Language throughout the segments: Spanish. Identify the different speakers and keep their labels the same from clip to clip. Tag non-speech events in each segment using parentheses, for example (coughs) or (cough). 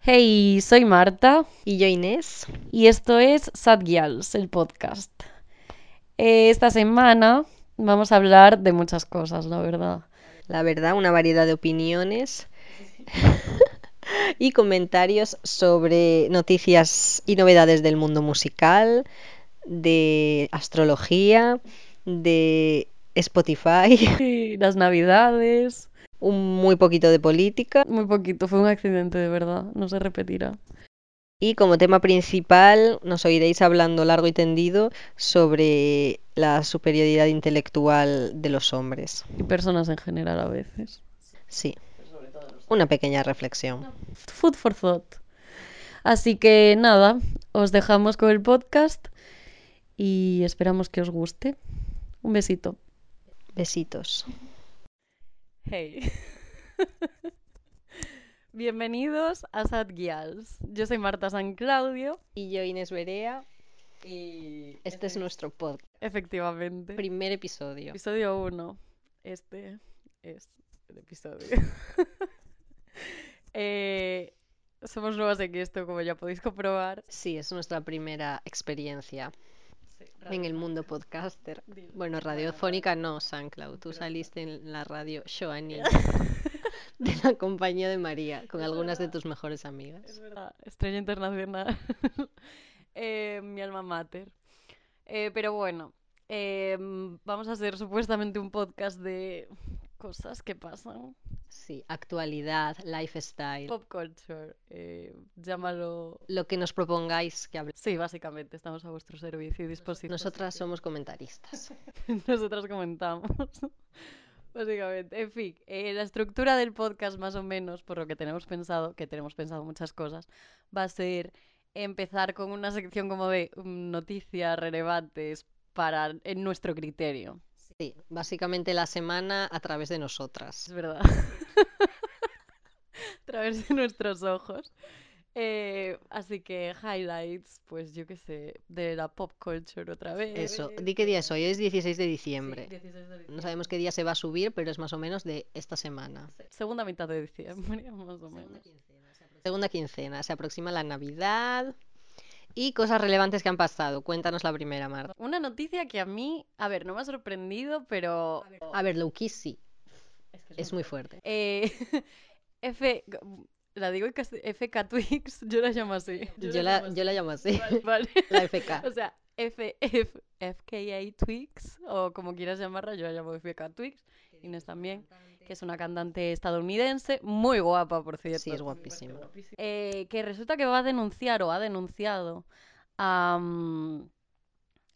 Speaker 1: Hey, soy Marta
Speaker 2: Y yo Inés.
Speaker 1: y esto es Sad Girls, el podcast. Eh, Esta semana vamos a hablar de muchas cosas, la verdad.
Speaker 2: La verdad, una variedad de opiniones (laughs) y comentarios sobre noticias y novedades del mundo musical, de astrología, de Spotify, (laughs)
Speaker 1: Y Las navidades,
Speaker 2: un muy poquito de política
Speaker 1: muy poquito, fue un accidente de verdad, no se repetirá.
Speaker 2: y como tema principal nos oiréis hablando largo y tendido sobre la superioridad intelectual de los hombres.
Speaker 1: Y personas en general a veces.
Speaker 2: Sí. Una pequeña reflexión.
Speaker 1: Food for thought. Así que nada, os dejamos con el podcast y esperamos que os guste. Un besito.
Speaker 2: Besitos.
Speaker 1: Hey. (laughs) Bienvenidos a Sad Girls. Yo soy Marta San Claudio,
Speaker 2: Y yo, Inés Berea. Y este es nuestro podcast.
Speaker 1: efectivamente.
Speaker 2: Primer episodio.
Speaker 1: Episodio 1. Este es el episodio. (laughs) Eh, somos nuevas en esto, como ya podéis comprobar.
Speaker 2: Sí, es nuestra primera experiencia en el mundo podcaster.
Speaker 1: Dilo.
Speaker 2: Bueno, radiofónica no, SoundCloud. Tú saliste en la radio Shoani de la compañía de María con algunas de tus mejores
Speaker 1: Es
Speaker 2: amigas.
Speaker 1: verdad, estrella internacional. (laughs) Eh, mi alma mater. Eh, pero bueno, eh, mm, vamos a hacer supuestamente un podcast de cosas que pasan.
Speaker 2: Sí, actualidad, lifestyle.
Speaker 1: Pop culture, eh, llámalo.
Speaker 2: Lo que nos propongáis que hablemos.
Speaker 1: Sí, básicamente, estamos a vuestro servicio y disposición.
Speaker 2: Nosotras somos comentaristas.
Speaker 1: (laughs) Nosotras comentamos. (laughs) Básicamente, en fin, eh, la estructura del podcast más o menos, por lo que tenemos pensado, que tenemos pensado muchas cosas, va a ser empezar con una sección como de mm, noticias relevantes para en nuestro criterio.
Speaker 2: Sí, básicamente la semana a través de nosotras.
Speaker 1: Es verdad. (laughs) a través de nuestros ojos. Eh, así que highlights, pues yo qué sé, de la pop culture otra vez.
Speaker 2: Eso, di qué día es hoy, hoy es 16 de
Speaker 1: Sí,
Speaker 2: diciembre.
Speaker 1: 16 de diciembre.
Speaker 2: No sabemos qué día se va a subir, pero es más o menos de esta semana.
Speaker 1: Segunda mitad de diciembre, (laughs) más o menos.
Speaker 2: Segunda quincena, se aproxima la Navidad y cosas relevantes que han pasado. Cuéntanos la primera, Marta.
Speaker 1: Una noticia que a mí, a ver, no me ha sorprendido, pero...
Speaker 2: A ver, Loki sí, es muy fuerte.
Speaker 1: Eh, (laughs) F... La digo en cast- FK Twix, (laughs) yo la llamo así.
Speaker 2: Yo la, yo la llamo así,
Speaker 1: llamo así. Vale,
Speaker 2: (laughs) la
Speaker 1: vale. O
Speaker 2: FK.
Speaker 1: sea, F, F- FKA Twix, o como quieras llamarla, yo la llamo FK Twix. Inés también, que es una cantante estadounidense, muy guapa, por cierto.
Speaker 2: Sí, es guapísima.
Speaker 1: eh, que resulta que va a denunciar o ha denunciado a, mm,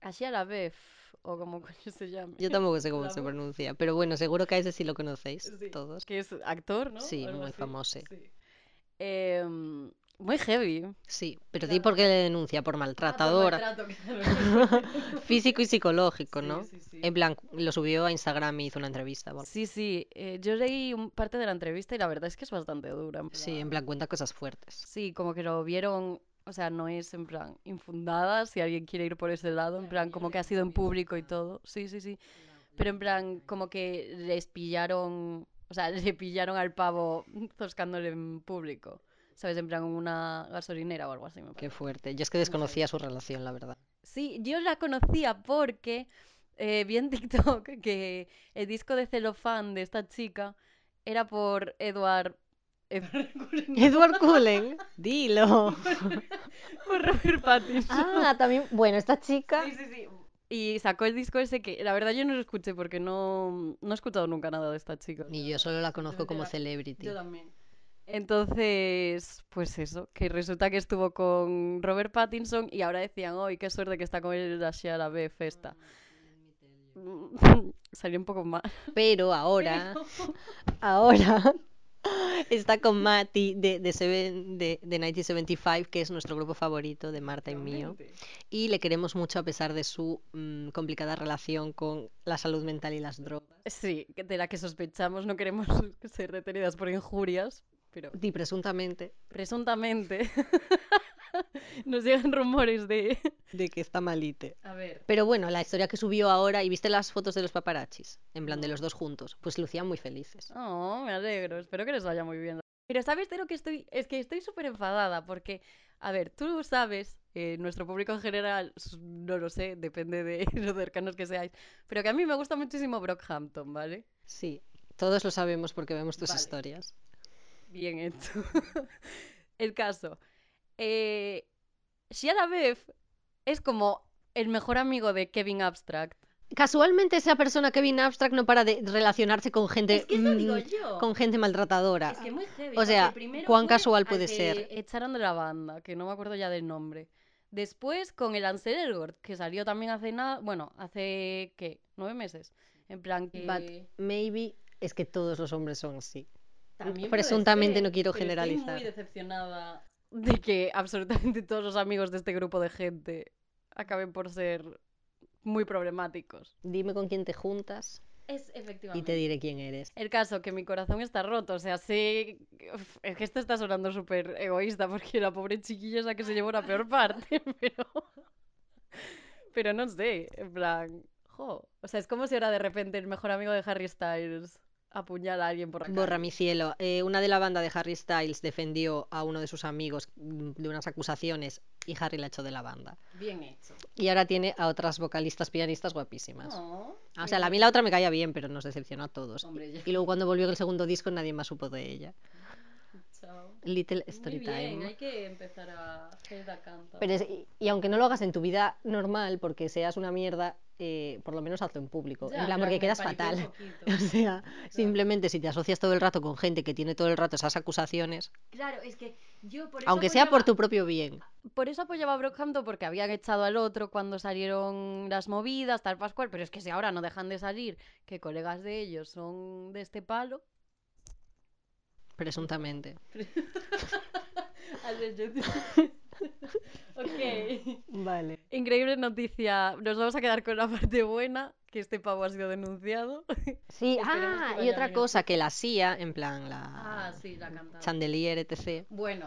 Speaker 1: a Shia Beff o como (laughs) coño se llame,
Speaker 2: Yo tampoco sé cómo
Speaker 1: La
Speaker 2: se
Speaker 1: voz.
Speaker 2: pronuncia, pero bueno, seguro que a ese sí lo conocéis
Speaker 1: Sí.
Speaker 2: todos.
Speaker 1: que es actor, ¿no?
Speaker 2: Sí,
Speaker 1: Algo
Speaker 2: muy
Speaker 1: así,
Speaker 2: famoso.
Speaker 1: sí. Em, muy heavy. Ah,
Speaker 2: Sí, pero di por qué le denuncia, por maltratadora, (laughs) físico y psicológico, ¿no?
Speaker 1: Sí, sí,
Speaker 2: En plan, lo subió a Instagram y hizo una entrevista. bueno.
Speaker 1: Sí, sí, eh, yo leí un- parte de la entrevista y la verdad es que es bastante dura. en
Speaker 2: Sí,
Speaker 1: plan-
Speaker 2: en plan, cuenta cosas fuertes.
Speaker 1: Sí, como que lo vieron, o sea, no es en plan infundada, si alguien quiere ir por ese lado, en plan como que ha sido en público y todo. Sí, sí, sí. Pero en plan como que les pillaron, o sea, (laughs) le pillaron al pavo (laughs) toscándole en público. ¿Sabes? En plan una gasolinera o algo así, me
Speaker 2: Qué
Speaker 1: parece.
Speaker 2: fuerte. Yo es que desconocía su relación, la verdad.
Speaker 1: Sí, yo la conocía porque eh, vi en TikTok que el disco de celofán de esta chica era por Eduard... Eduard
Speaker 2: (laughs) Edward Cullen, dilo. (laughs)
Speaker 1: por Robert Pattinson.
Speaker 2: Ah, también. Bueno, esta chica.
Speaker 1: Sí, sí, sí. Y sacó el disco ese que la verdad yo no lo escuché porque no, no he escuchado nunca nada de esta chica.
Speaker 2: Ni yo solo la conozco como
Speaker 1: Yo
Speaker 2: celebrity.
Speaker 1: también. Entonces, pues eso, que resulta que estuvo con Robert Pattinson y ahora decían, hoy qué suerte que está con él la Shia la B festa. Salió un poco mal.
Speaker 2: Pero ahora, ahora (laughs) está con Mati de, de, Seven- de, de 1975, que es nuestro grupo favorito de Marta y mío. Y le queremos mucho a pesar de su mm, complicada relación con la salud mental y las drogas.
Speaker 1: Sí, que- de la que sospechamos no queremos (laughs) ser detenidas por injurias, pero
Speaker 2: Y presuntamente
Speaker 1: presuntamente (laughs) nos llegan rumores de...
Speaker 2: de que está malite.
Speaker 1: A ver,
Speaker 2: Pero bueno, la historia que subió ahora, ¿y viste las fotos de los paparachis? En plan, de
Speaker 1: No.
Speaker 2: los dos juntos. Pues lucían muy felices.
Speaker 1: Oh, me alegro. Espero que les vaya muy bien. Pero sabes de lo que estoy, es que estoy súper enfadada porque, a ver, tú sabes, eh, nuestro público en general, s- no lo sé, depende de (laughs) lo cercanos que seáis, pero que a mí me gusta muchísimo Brockhampton, ¿vale?
Speaker 2: Sí, todos lo sabemos porque vemos tus
Speaker 1: Vale.
Speaker 2: historias.
Speaker 1: Bien hecho. (laughs) el caso. Eh, Shia LaBeouf es como el mejor amigo de Kevin Abstract.
Speaker 2: Casualmente esa persona Kevin Abstract no para de relacionarse con gente
Speaker 1: Es que eso digo
Speaker 2: mm,
Speaker 1: yo.
Speaker 2: con gente maltratadora.
Speaker 1: Es que muy heavy.
Speaker 2: Ah. O sea,
Speaker 1: porque primero
Speaker 2: ¿cuán
Speaker 1: fue
Speaker 2: casual
Speaker 1: al
Speaker 2: puede
Speaker 1: que
Speaker 2: ser?
Speaker 1: Echaron de la banda, que no me acuerdo ya del nombre. Después con el Ansel Elgort, que salió también hace nada, bueno, hace, ¿qué? Nueve meses. En plan que...
Speaker 2: But maybe es que todos los hombres son así.
Speaker 1: También puede
Speaker 2: presuntamente
Speaker 1: ser,
Speaker 2: no quiero
Speaker 1: pero Estoy
Speaker 2: generalizar.
Speaker 1: muy decepcionada de que absolutamente (laughs) todos los amigos de este grupo de gente acaben por ser muy problemáticos.
Speaker 2: Dime con quién te juntas
Speaker 1: Es
Speaker 2: y
Speaker 1: efectivamente.
Speaker 2: te diré quién eres.
Speaker 1: El caso, que mi corazón está roto, o sea, sé... Uf, es que esto está sonando súper egoísta porque la pobre chiquilla es la que se llevó la
Speaker 2: (laughs)
Speaker 1: peor parte, (laughs) pero... Pero no sé, en plan... Jo. O sea, es como si ahora de repente el mejor amigo de Harry Styles apuñala a alguien por la calle.
Speaker 2: Borra mi cielo. Eh, una de la banda de Harry Styles defendió a uno de sus amigos mm, de unas acusaciones y Harry la echó de la banda.
Speaker 1: Bien hecho.
Speaker 2: Y ahora tiene a otras vocalistas pianistas guapísimas.
Speaker 1: No,
Speaker 2: Ah, O sea, a mí la otra me caía bien, pero nos decepcionó a todos.
Speaker 1: Hombre, ya.
Speaker 2: Y luego cuando volvió el segundo disco nadie más supo de ella.
Speaker 1: Chao.
Speaker 2: Little
Speaker 1: Muy bien, hay
Speaker 2: Storytime.
Speaker 1: que empezar a hacer la canta.
Speaker 2: Pero es- y, y aunque no lo hagas en tu vida normal, porque seas una mierda, eh, por lo menos hazlo en público.
Speaker 1: Ya,
Speaker 2: en plan,
Speaker 1: pero
Speaker 2: porque
Speaker 1: me
Speaker 2: quedas
Speaker 1: pareció
Speaker 2: fatal.
Speaker 1: poquito.
Speaker 2: (laughs) O sea, simplemente si te asocias todo el rato con gente que tiene todo el rato esas acusaciones,
Speaker 1: Claro, es que yo por eso
Speaker 2: aunque sea por
Speaker 1: apoyaba-
Speaker 2: tu propio bien.
Speaker 1: Por eso apoyaba a Brockhampton porque habían echado al otro cuando salieron las movidas, tal Pascual, pero es que si ahora no dejan de salir que colegas de ellos son de este (laughs) palo.
Speaker 2: Presuntamente.
Speaker 1: (laughs) ok.
Speaker 2: Vale.
Speaker 1: Increíble noticia. Nos vamos a quedar con la parte buena, que este pavo ha sido denunciado.
Speaker 2: Sí,
Speaker 1: Esperemos que
Speaker 2: ah, y
Speaker 1: vaya
Speaker 2: otra
Speaker 1: bien.
Speaker 2: cosa que la hacía, en plan la
Speaker 1: Ah, sí, la cantante.
Speaker 2: chandelier, etc.
Speaker 1: Bueno,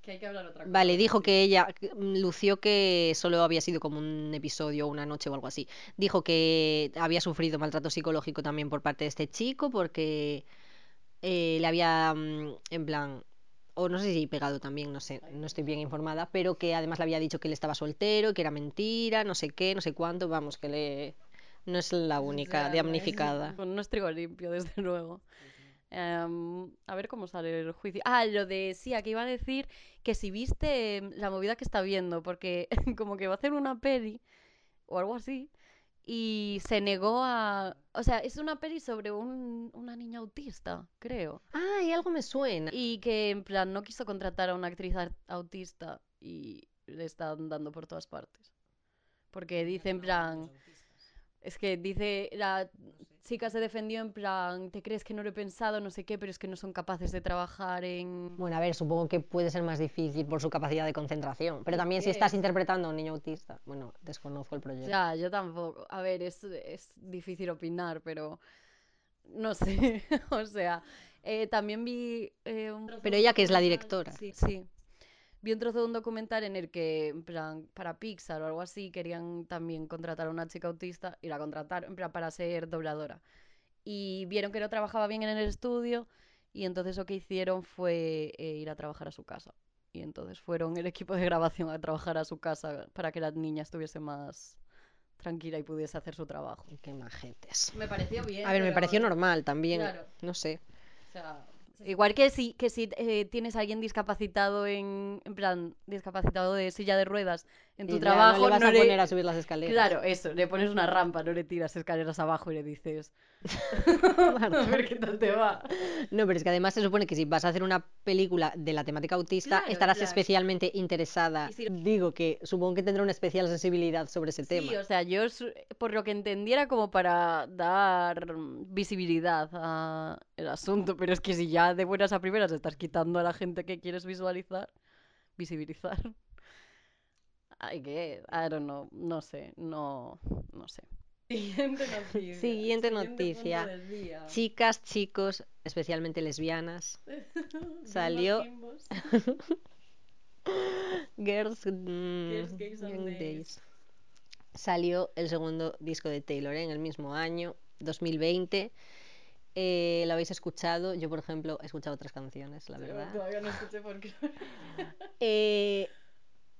Speaker 1: que hay que hablar otra cosa.
Speaker 2: Vale, dijo que ella mm, lució que solo había sido como un episodio, una noche o algo así. Dijo que había sufrido maltrato psicológico también por parte de este chico porque eh, le había, mm, en plan, o no sé si pegado también, no sé, no estoy bien informada, pero que además le había dicho que él estaba soltero, que era mentira, no sé qué, no sé cuánto, vamos, que le... No es la única
Speaker 1: sea,
Speaker 2: damnificada.
Speaker 1: Con no es trigo limpio, (laughs) desde luego. Em, a ver cómo sale el juicio. Ah, lo de sí, aquí iba a decir que si viste em, la movida que está viendo, porque (laughs) como que va a hacer una peli o algo así, y se negó a. O sea, es una peli sobre un- una niña autista, creo.
Speaker 2: Ah, y algo me suena.
Speaker 1: Y que en plan no quiso contratar a una actriz ar- autista y le están dando por todas partes. Porque dice en plan... Es que dice, la chica se defendió en plan, ¿te crees que no lo he pensado? No sé qué, pero es que no son capaces de trabajar en...
Speaker 2: Bueno, a ver, supongo que puede ser más difícil por su capacidad de concentración, pero también si estás interpretando a un niño autista, bueno, desconozco el proyecto.
Speaker 1: Ya, yo tampoco. A ver, es, es difícil opinar, pero... No sé, (laughs) o sea, eh, también vi... eh, un trozo
Speaker 2: Pero
Speaker 1: de
Speaker 2: ella
Speaker 1: un
Speaker 2: que es la
Speaker 1: documental-
Speaker 2: directora.
Speaker 1: Sí. sí. Vi un trozo de un documental en el que, en plan, para Pixar o algo así, querían también contratar a una chica autista y la contrataron, en plan, para ser dobladora. Y vieron que no trabajaba bien en el estudio y entonces lo que hicieron fue eh, ir a trabajar a su casa. Y entonces fueron el equipo de grabación a trabajar a su casa para que la niña estuviese más tranquila y pudiese hacer su trabajo.
Speaker 2: Qué majetes.
Speaker 1: Me pareció bien.
Speaker 2: A ver, me
Speaker 1: pero-
Speaker 2: pareció normal también,
Speaker 1: Claro.
Speaker 2: no sé.
Speaker 1: o sea, Igual que si, que si eh, tienes a alguien discapacitado en, en plan, discapacitado de silla de ruedas en tu
Speaker 2: Y claro,
Speaker 1: trabajo,
Speaker 2: no le vas
Speaker 1: no
Speaker 2: a
Speaker 1: le-
Speaker 2: poner a subir las escaleras. (laughs)
Speaker 1: Claro, eso, le pones una rampa, no le tiras escaleras abajo y le dices, (laughs) a ver qué tal te va.
Speaker 2: No, pero es que además se supone que si vas a hacer una película de la temática autista,
Speaker 1: Claro, en
Speaker 2: estarás
Speaker 1: plan-
Speaker 2: especialmente interesada.
Speaker 1: Y si-
Speaker 2: Digo que supongo que tendrá una especial sensibilidad sobre ese tema.
Speaker 1: Sí, o sea, (laughs) yo su- por lo que entendiera como para dar mm, visibilidad al asunto, pero es que si ya de buenas a primeras estás quitando a la gente que quieres visualizar, visibilizar. (laughs) Hay que, I don't know, no sé, no, no sé. Siguiente noticia.
Speaker 2: Siguiente noticia. Chicas, chicos, especialmente lesbianas, salió- Girls, mm,
Speaker 1: Girls, Gays and
Speaker 2: Young
Speaker 1: Days.
Speaker 2: Days. ¿eh? Salió el segundo disco de Taylor en el mismo año, 2020, Eh, ¿La habéis escuchado? Yo, por ejemplo, he escuchado otras canciones, (laughs) la
Speaker 3: Yo
Speaker 2: verdad.
Speaker 3: todavía no
Speaker 1: (laughs)
Speaker 3: escuché porque...
Speaker 2: Eh,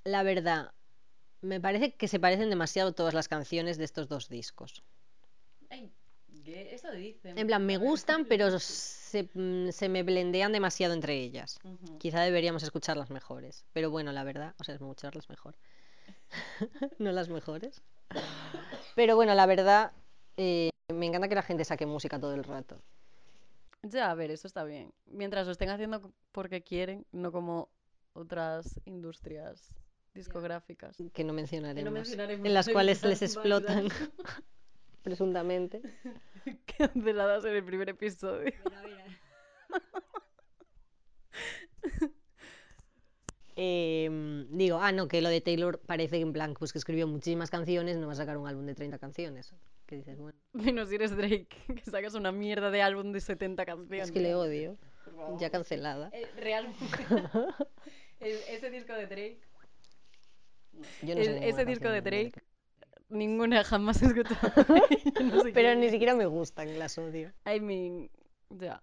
Speaker 2: la verdad, me parece que se parecen demasiado todas las canciones de estos dos discos.
Speaker 3: Ay, ¿qué? Eso dicen.
Speaker 2: En plan, me
Speaker 3: A ver.
Speaker 2: gustan,
Speaker 1: (laughs)
Speaker 2: pero se, mm, se me blendean demasiado entre ellas.
Speaker 3: Ujú.
Speaker 2: Quizá deberíamos escuchar las mejores. Pero bueno, la verdad, o sea, escucharlas mejor. (laughs) no las mejores. Pero bueno, la verdad, eh, me encanta que la gente saque música todo el rato.
Speaker 1: Ya, a ver, eso está bien. Mientras lo estén haciendo c- porque quieren, no como otras industrias discográficas. (laughs)
Speaker 2: Que no mencionaremos.
Speaker 3: Que no mencionaremos,
Speaker 2: en las
Speaker 3: pero
Speaker 2: cuales
Speaker 3: quizás
Speaker 2: les
Speaker 3: va a
Speaker 2: explotan, (laughs)
Speaker 3: ayudar.
Speaker 2: presuntamente.
Speaker 1: Canceladas en el primer
Speaker 2: (laughs)
Speaker 1: episodio.
Speaker 2: Em, digo, ah, no, que lo de Taylor parece que en plan, pues que escribió muchísimas canciones, no va a sacar un álbum de 30 canciones. Que dices, bueno,
Speaker 1: Menos si eres Drake, que sacas una mierda de álbum de 70 canciones.
Speaker 2: es que le odio,
Speaker 3: Por favor.
Speaker 2: ya cancelada.
Speaker 3: Eh,
Speaker 2: (laughs)
Speaker 3: realmente. El- ese disco de Drake.
Speaker 2: Yo no sé
Speaker 1: E-
Speaker 2: ninguna
Speaker 1: ese disco
Speaker 2: canción
Speaker 1: de
Speaker 2: ninguna
Speaker 1: Drake, ninguna jamás he
Speaker 2: (laughs)
Speaker 1: escuchado. Yo no sé
Speaker 2: Pero
Speaker 1: quién
Speaker 2: ni siquiera me gustan, las odio.
Speaker 1: I mean, ya.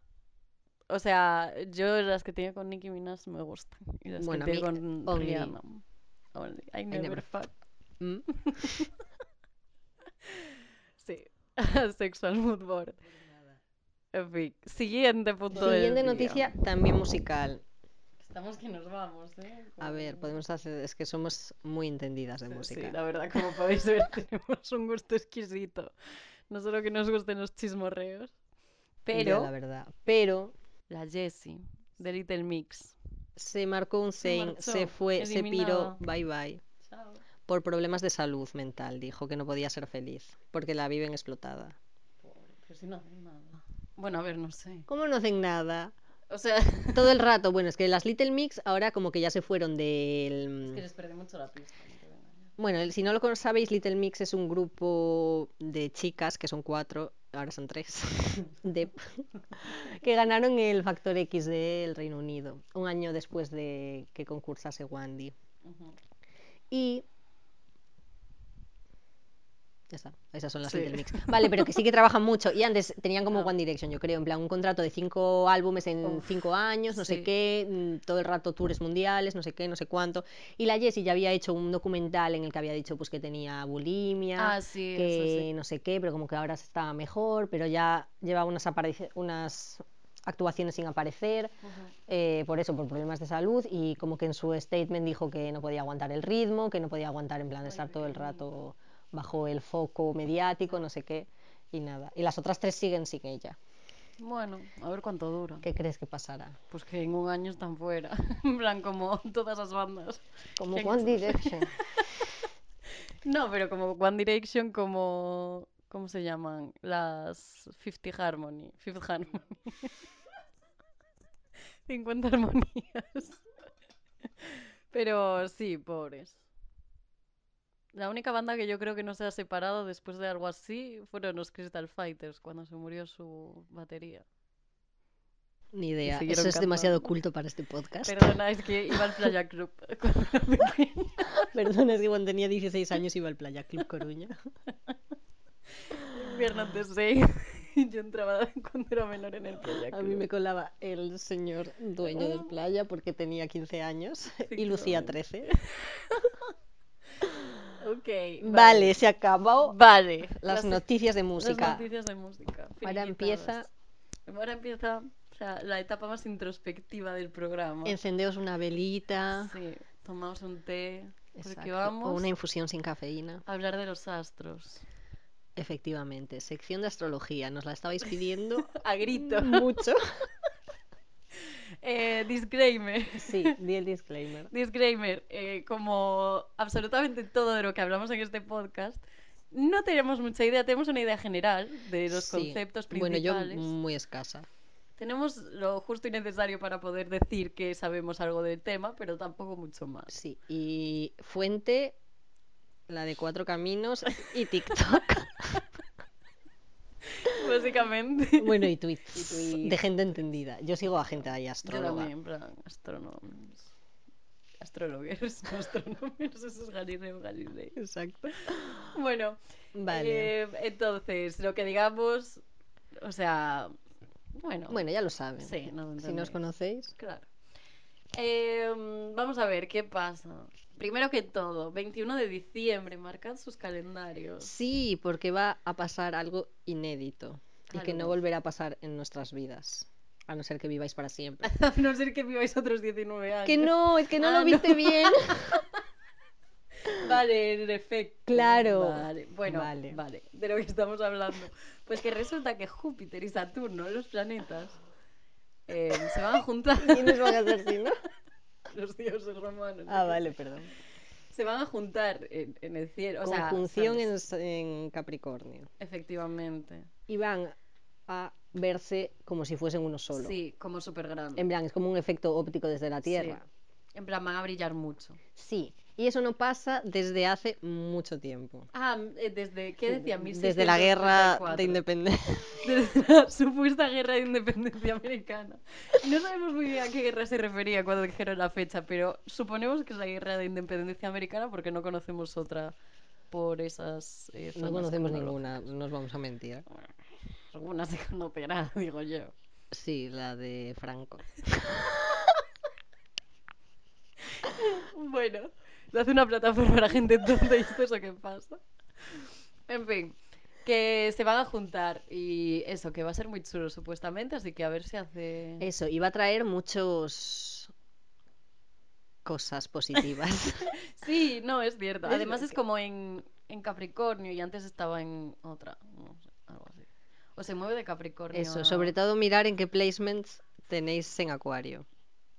Speaker 1: O sea, yo las que tiene con Nicki Minaj me gustan. Y las
Speaker 2: Bueno, a
Speaker 1: que tiene con
Speaker 2: mí, only-
Speaker 1: Rihanna. Only. I never,
Speaker 2: never
Speaker 1: fuck.
Speaker 2: Mm.
Speaker 1: Sí. (laughs) Sexual mood board. En fin, siguiente punto del
Speaker 2: Siguiente
Speaker 1: día.
Speaker 2: noticia, también musical.
Speaker 3: Estamos que nos vamos, ¿eh?
Speaker 2: A ver, podemos hacer, es que somos muy entendidas de música.
Speaker 1: Sí, la verdad, como podéis ver, (laughs) tenemos un gusto exquisito. No solo que nos gusten los chismorreos,
Speaker 2: Ya,
Speaker 1: pero
Speaker 2: la verdad. Pero
Speaker 1: la Jessie de Little Mix.
Speaker 2: se marcó un sein, se
Speaker 3: marchó,
Speaker 2: fue,
Speaker 3: eliminada.
Speaker 2: se piró, bye bye.
Speaker 3: Chao.
Speaker 2: Por problemas de salud mental, dijo que no podía ser feliz, porque la viven explotada.
Speaker 3: Pobre, pero si no hacen nada.
Speaker 1: Bueno, a ver, no sé.
Speaker 2: ¿Cómo no hacen nada?
Speaker 1: O sea,
Speaker 2: Todo el rato, bueno, es que las Little Mix ahora como que ya se fueron
Speaker 3: Es (laughs) que
Speaker 2: del...
Speaker 3: les perdí mucho la pista. no te voy a engañar.
Speaker 2: Bueno, el- si no lo cono- sabéis, Little Mix es un grupo de chicas, que son cuatro, ahora son tres, (laughs) de... que ganaron el Factor X del Reino Unido, un año después de que concursase Wandy.
Speaker 3: Ujú.
Speaker 2: Y... Ya está, esas son las
Speaker 1: Sí. Ah.
Speaker 2: Little Mix. Vale, pero que sí que trabajan mucho. Y antes tenían como One Direction, yo creo, en plan un contrato de cinco álbumes en
Speaker 1: Uf,
Speaker 2: cinco años, no sé
Speaker 1: sí.
Speaker 2: qué, mm, todo el rato tours mundiales, no sé qué, no sé cuánto. Y la Jessie ya había hecho un documental en el que había dicho pues que tenía bulimia,
Speaker 1: ah, sí, eso
Speaker 2: que
Speaker 1: sí.
Speaker 2: no sé qué, pero como que ahora estaba mejor, pero ya llevaba unas, aparece- unas actuaciones sin aparecer eh, por eso, por problemas de salud, y como que en su statement dijo que no podía aguantar el ritmo, que no podía aguantar en plan de estar todo el rato bajo el foco mediático, no sé qué, y nada. Y las otras tres siguen sin ella.
Speaker 1: Bueno, a ver cuánto dura.
Speaker 2: ¿Qué crees que pasará?
Speaker 1: Pues que en un año están fuera. (laughs) En plan, como todas las bandas.
Speaker 2: Como
Speaker 1: ¿Quién
Speaker 2: One
Speaker 1: es?
Speaker 2: Direction.
Speaker 1: No, pero como One Direction, como. ¿Cómo se llaman? Las 50 Harmony. Fifth Harmony. (laughs) 50 armonías. Pero sí, pobres. La única banda que yo creo que no se ha separado después de algo así fueron los Crystal Fighters cuando se murió su batería.
Speaker 2: (laughs) Ni idea. Eso es
Speaker 1: siguieron
Speaker 2: demasiado
Speaker 1: cantando.
Speaker 2: oculto para este podcast.
Speaker 1: Perdona, es que iba al Playa Club (laughs) cuando era pequeña.
Speaker 2: Perdona, es que cuando tenía 16 años iba al Playa
Speaker 1: (laughs)
Speaker 2: Club Coruña.
Speaker 1: Viernes de 6 y (laughs) yo entraba cuando era menor en el Playa
Speaker 2: A mí me
Speaker 1: Club.
Speaker 2: colaba el señor dueño
Speaker 1: Ah.
Speaker 2: del playa porque tenía 15 años y lucía 13.
Speaker 1: Ok,
Speaker 2: Vale, se acabó
Speaker 1: Vale.
Speaker 2: las
Speaker 1: Las-
Speaker 2: noticias de
Speaker 1: las
Speaker 2: música.
Speaker 1: noticias de música.
Speaker 2: Ahora empieza,
Speaker 1: finiquitadas. Ahora empieza o sea, la etapa más introspectiva del programa.
Speaker 2: encendeos una velita,
Speaker 1: Sí, tomamos un té. Porque
Speaker 2: exacto, o
Speaker 1: vamos
Speaker 2: una infusión sin cafeína.
Speaker 1: a hablar de los astros.
Speaker 2: Efectivamente, sección de astrología, nos la estabais pidiendo
Speaker 1: (laughs) A grito. (laughs)
Speaker 2: mucho.
Speaker 1: Mm. Eh, disclaimer. (laughs)
Speaker 2: Sí, di el disclaimer.
Speaker 1: Disclaimer, eh, como absolutamente todo de lo que hablamos en este podcast, no tenemos mucha idea, tenemos una idea general de los
Speaker 2: Sí,
Speaker 1: conceptos
Speaker 2: Bueno,
Speaker 1: principales.
Speaker 2: yo muy escasa.
Speaker 1: Tenemos lo justo y necesario para poder decir que sabemos algo del tema, pero tampoco mucho más.
Speaker 2: Sí, y fuente, la de cuatro caminos (laughs) y TikTok.
Speaker 1: (laughs) Básicamente.
Speaker 2: (laughs) Bueno, y tweets,
Speaker 1: Y tweets.
Speaker 2: de gente entendida. Yo sigo a gente ahí
Speaker 1: Yo
Speaker 2: astróloga.
Speaker 1: también, en plan, astrónomos. Astrologers, (laughs) no astrónomos, eso es Galileo Galilei.
Speaker 2: Exacto. Eh,
Speaker 1: Bueno,
Speaker 2: Vale.
Speaker 1: eh, entonces, lo que digamos, o sea, Bueno,
Speaker 2: Bueno, ya lo saben.
Speaker 1: sí, nos
Speaker 2: si nos
Speaker 1: entendéis.
Speaker 2: conocéis.
Speaker 1: Claro. Em, vamos a ver qué pasa. Primero que todo, 21 de diciembre, marcad sus calendarios.
Speaker 2: Sí, porque va a pasar algo inédito y que no
Speaker 1: Algo.
Speaker 2: volverá a pasar en nuestras vidas, a no ser que viváis para siempre.
Speaker 1: (laughs) A no ser que viváis otros 19 años.
Speaker 2: que no, es que no
Speaker 1: Ah,
Speaker 2: lo viste
Speaker 1: no.
Speaker 2: bien.
Speaker 1: Vale, en efecto.
Speaker 2: Claro.
Speaker 1: Vale, bueno,
Speaker 2: Vale.
Speaker 1: vale. De lo que estamos hablando. Pues que resulta que Júpiter y Saturno, los planetas, em, se van a
Speaker 2: (laughs)
Speaker 1: juntar.
Speaker 2: (laughs) Y nos van a hacer así, ¿no?
Speaker 1: los dioses romanos. yo
Speaker 2: Ah,
Speaker 1: qué
Speaker 2: vale,
Speaker 1: sé.
Speaker 2: perdón.
Speaker 1: Se van a juntar en, en el cielo. O sea,
Speaker 2: Conjunción
Speaker 1: ¿sabes?
Speaker 2: en, s- en Capricornio.
Speaker 1: Efectivamente.
Speaker 2: Y van a verse como si fuesen uno solo.
Speaker 1: Sí, como súper grande.
Speaker 2: En plan, es como un efecto óptico desde la Tierra.
Speaker 1: En plan, van a brillar mucho.
Speaker 2: Sí. Y eso no pasa desde hace mucho tiempo.
Speaker 1: Ah, eh, desde, ¿qué decía?
Speaker 2: Desde la guerra
Speaker 1: 1634.
Speaker 2: de independencia.
Speaker 1: Desde la (laughs) supuesta guerra de independencia americana. No sabemos muy bien a qué guerra se refería cuando dijeron la fecha, pero suponemos que es la guerra de independencia americana porque no conocemos otra por esas. eh,
Speaker 2: (laughs) No
Speaker 1: zonas
Speaker 2: conocemos
Speaker 1: cronológicas.
Speaker 2: ninguna, no nos vamos a mentir.
Speaker 1: Alguna se conocerá, (laughs) digo yo.
Speaker 2: Sí, la de Franco.
Speaker 1: Bueno, se hace una plataforma para gente tonta y esto es lo que pasa. En fin, que se van a juntar y eso, que va a ser muy chulo supuestamente, así que a ver si hace...
Speaker 2: Eso, iba a traer muchos
Speaker 1: (laughs)
Speaker 2: cosas positivas.
Speaker 1: Sí, no, es cierto.
Speaker 2: Es
Speaker 1: Además
Speaker 2: lo
Speaker 1: es
Speaker 2: que-
Speaker 1: como en, en Capricornio y antes estaba en otra, no sé, algo así. O se mueve de Capricornio.
Speaker 2: Eso,
Speaker 1: a-
Speaker 2: sobre todo mirar en qué placements tenéis en Acuario.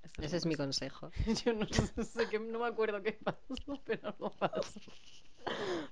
Speaker 1: Esto
Speaker 2: Ese es mi
Speaker 1: no
Speaker 2: consejo.
Speaker 1: sé. (laughs) Yo no sé, sé que no me acuerdo qué pasó, (laughs) pero no pasó.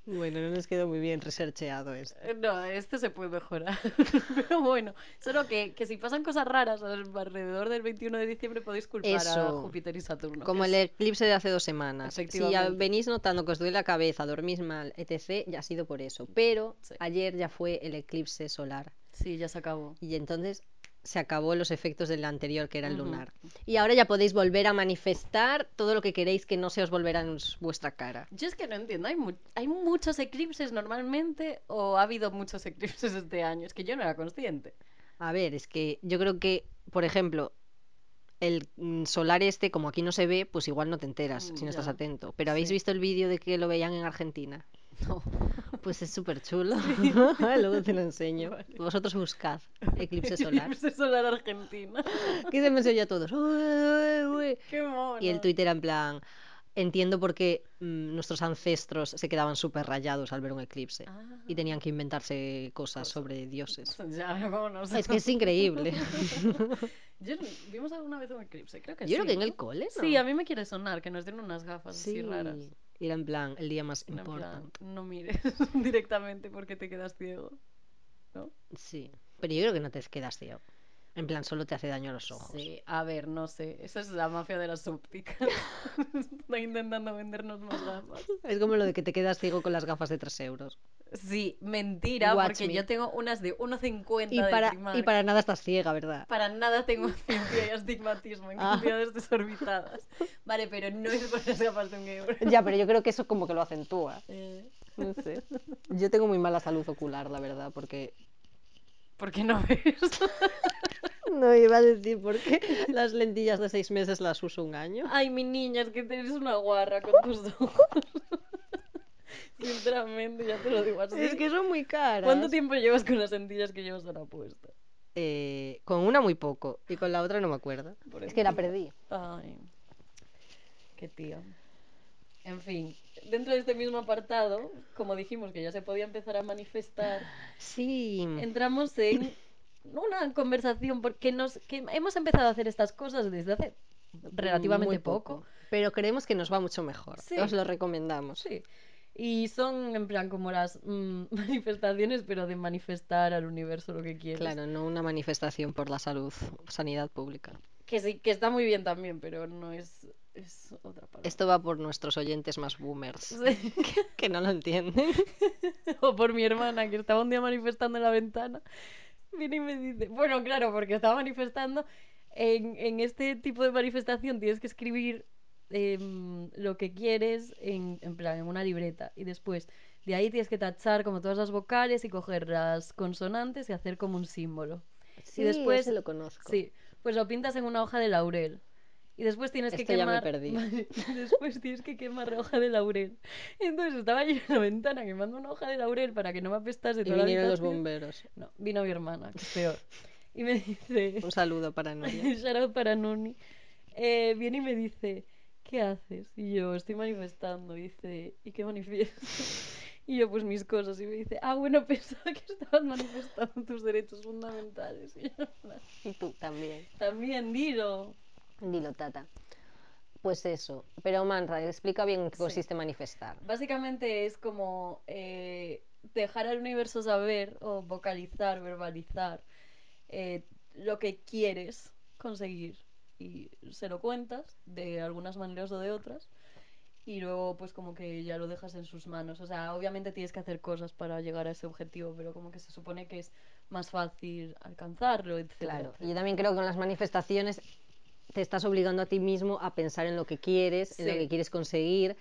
Speaker 2: Bueno, no nos quedó muy bien researcheado esto.
Speaker 1: Eh, No, este se puede mejorar. (laughs) Pero bueno, solo que, que si pasan cosas raras al- alrededor del 21 de diciembre podéis culpar a
Speaker 2: Eso.
Speaker 1: Júpiter y Saturno.
Speaker 2: Como
Speaker 1: que
Speaker 2: el e-
Speaker 1: es-
Speaker 2: eclipse de hace dos semanas. Si ya
Speaker 1: Efectivamente.
Speaker 2: venís notando que os duele la cabeza, dormís mal, etc., ya ha sido por eso. Pero
Speaker 1: Sí.
Speaker 2: ayer ya fue el eclipse solar.
Speaker 1: Sí, ya se acabó.
Speaker 2: Y entonces se acabó los efectos del anterior, que era el
Speaker 1: Ujú.
Speaker 2: lunar. Y ahora ya podéis volver a manifestar todo lo que queréis que no se os volverá en s- vuestra cara.
Speaker 1: Yo es que no entiendo, hay, mu- hay muchos eclipses normalmente o ha habido muchos eclipses este año, es que yo no era consciente.
Speaker 2: A ver, es que yo creo que, por ejemplo, el mm, solar este, como aquí no se ve, pues igual no te enteras
Speaker 1: Mm,
Speaker 2: si no estás
Speaker 1: ya.
Speaker 2: atento. Pero ¿habéis
Speaker 1: Sí.
Speaker 2: visto el vídeo de que lo veían en Argentina?
Speaker 1: No.
Speaker 2: Pues es súper chulo. (laughs) Luego te lo enseño.
Speaker 1: Vale. (laughs)
Speaker 2: Vosotros buscad eclipse solar.
Speaker 1: Eclipse solar argentino.
Speaker 2: que se me enseñó a todos. "Ué, ué, ué".
Speaker 1: (laughs) Qué mono.
Speaker 2: Y el Twitter en plan, entiendo por qué mm, nuestros ancestros se quedaban súper rayados al ver un eclipse
Speaker 1: Ah.
Speaker 2: y tenían que inventarse cosas sobre dioses.
Speaker 1: (laughs) Ya, cómo no sé.
Speaker 2: Ah, Es que es increíble.
Speaker 1: (laughs)
Speaker 2: (laughs)
Speaker 1: Yo no- ¿Vimos alguna vez un eclipse? Creo que
Speaker 2: Yo
Speaker 1: sí.
Speaker 2: creo que en
Speaker 1: ¿no?
Speaker 2: el cole, ¿no?
Speaker 1: Sí, a mí me quiere sonar que nos den unas gafas
Speaker 2: Sí.
Speaker 1: así raras.
Speaker 2: Y Era en plan, el día más
Speaker 1: En plan,
Speaker 2: importante.
Speaker 1: no mires (laughs) directamente porque te quedas ciego. ¿No?
Speaker 2: Sí. Pero yo creo que no te quedas ciego. En plan, solo te hace daño a los ojos.
Speaker 1: Sí, a ver, no sé. Esa es la mafia de las
Speaker 2: (laughs)
Speaker 1: ópticas. (laughs) Están intentando vendernos más gafas.
Speaker 2: Es como lo de que te quedas ciego con las gafas de 3 euros.
Speaker 1: Sí, mentira,
Speaker 2: Watch
Speaker 1: porque
Speaker 2: me.
Speaker 1: yo tengo unas de 1,50
Speaker 2: Y
Speaker 1: de
Speaker 2: para, y
Speaker 1: Primark.
Speaker 2: para nada estás ciega, ¿verdad?
Speaker 1: Para nada tengo ciencia y astigmatismo en
Speaker 2: Ah.
Speaker 1: cantidades desorbitadas. Vale, pero no es por las gafas de un
Speaker 2: (laughs)
Speaker 1: euro.
Speaker 2: (laughs) Ya, pero yo creo que eso como que lo acentúa.
Speaker 1: Eh,
Speaker 2: No sé. Yo tengo muy mala salud ocular, la verdad, porque...
Speaker 1: ¿Por qué no
Speaker 2: (laughs)
Speaker 1: ves?
Speaker 2: No iba a decir porque las lentillas de seis meses las uso un año.
Speaker 1: Ay, mi niña, es que eres una guarra con tus
Speaker 2: (laughs)
Speaker 1: ojos. Sinceramente, ya te lo digo así.
Speaker 2: Es que son muy caras.
Speaker 1: ¿Cuánto tiempo llevas con las lentillas que llevas ahora puesta?
Speaker 2: Eh, con una muy poco y con la otra no me acuerdo.
Speaker 1: Por
Speaker 2: Es que la
Speaker 1: ejemplo.
Speaker 2: perdí.
Speaker 1: Ay, qué tío. En fin, dentro de este mismo apartado, como dijimos que ya se podía empezar a manifestar,
Speaker 2: Sí.
Speaker 1: entramos en una conversación porque nos que hemos empezado a hacer estas cosas desde hace relativamente
Speaker 2: muy
Speaker 1: poco.
Speaker 2: Pero creemos que nos va mucho mejor.
Speaker 1: Sí.
Speaker 2: Os lo recomendamos.
Speaker 1: Sí. Y son en plan como las mm, (laughs) manifestaciones, pero de manifestar al universo lo que quieres.
Speaker 2: Claro, no una manifestación por la salud, sanidad pública.
Speaker 1: Que sí, que está muy bien también, pero no es, es otra palabra.
Speaker 2: Esto va por nuestros oyentes más boomers,
Speaker 1: (laughs) Sí.
Speaker 2: (laughs) que no lo entienden.
Speaker 1: (laughs) o por mi hermana que estaba un día manifestando en la ventana. Viene y me dice, bueno, claro, porque estaba manifestando. En, en este tipo de manifestación tienes que escribir em, lo que quieres en, en plan, en una libreta. Y después de ahí tienes que tachar como todas las vocales y coger las consonantes y hacer como un símbolo.
Speaker 2: Sí, después se lo conozco.
Speaker 1: Sí, pues lo pintas en una hoja de laurel. Y después tienes
Speaker 2: Esto
Speaker 1: que
Speaker 2: ya
Speaker 1: quemar. (laughs)
Speaker 2: me perdí.
Speaker 1: Después tienes que quemar la hoja de laurel. Entonces estaba yo en la ventana quemando una hoja de laurel para que no me apestase
Speaker 2: Y
Speaker 1: toda la
Speaker 2: vinieron los
Speaker 1: habitación.
Speaker 2: bomberos.
Speaker 1: No, vino mi hermana, que es peor. Y me
Speaker 2: (laughs)
Speaker 1: dice,
Speaker 2: Un saludo para Nuria.
Speaker 1: (laughs) shout out para Nuni, Eh, viene y me dice, ¿qué haces? Y yo, estoy manifestando. Y dice, ¿y qué manifiestas? (laughs) Y yo, pues mis cosas. Y me dice, ah, bueno, (laughs) pensaba que estabas manifestando tus derechos fundamentales. (laughs) Y yo,
Speaker 2: (laughs) Y tú también.
Speaker 1: también, dilo.
Speaker 2: Dilo, Tata. Pues eso. Pero Manra, explica bien en qué
Speaker 1: Sí.
Speaker 2: consiste manifestar.
Speaker 1: Básicamente es como eh, dejar al universo saber o vocalizar, verbalizar eh, lo que quieres conseguir y se lo cuentas de algunas maneras o de otras y luego pues como que ya lo dejas en sus manos. O sea, obviamente tienes que hacer cosas para llegar a ese objetivo, pero como que se supone que es más fácil alcanzarlo, etcétera,
Speaker 2: Claro.
Speaker 1: etcétera.
Speaker 2: Y yo también creo que en las manifestaciones te estás obligando a ti mismo a pensar en lo que quieres, en lo
Speaker 1: Sí.
Speaker 2: que quieres conseguir,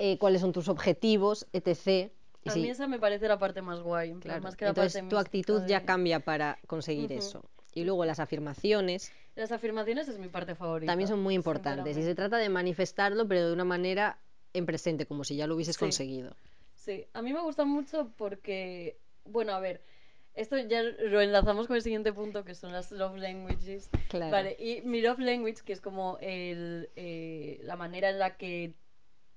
Speaker 2: eh, cuáles son tus objetivos, etc. Y
Speaker 1: A
Speaker 2: sí,
Speaker 1: mí esa me parece la parte más guay, en plan,
Speaker 2: claro.
Speaker 1: más que la
Speaker 2: Entonces
Speaker 1: parte
Speaker 2: tu
Speaker 1: mística
Speaker 2: actitud ya
Speaker 1: de-
Speaker 2: cambia para conseguir
Speaker 1: Ujú.
Speaker 2: eso. Y luego las afirmaciones
Speaker 1: Las afirmaciones es mi parte favorita.
Speaker 2: también son muy importantes. Y
Speaker 1: sinceramente.
Speaker 2: se trata de manifestarlo, pero de una manera en presente, como si ya lo hubieses
Speaker 1: Sí.
Speaker 2: conseguido.
Speaker 1: Sí, a mí me gusta mucho porque, bueno, a ver, esto ya lo enlazamos con el siguiente punto que son las love languages.
Speaker 2: Claro.
Speaker 1: Vale, y mi love language, que es como el, eh, la manera en la que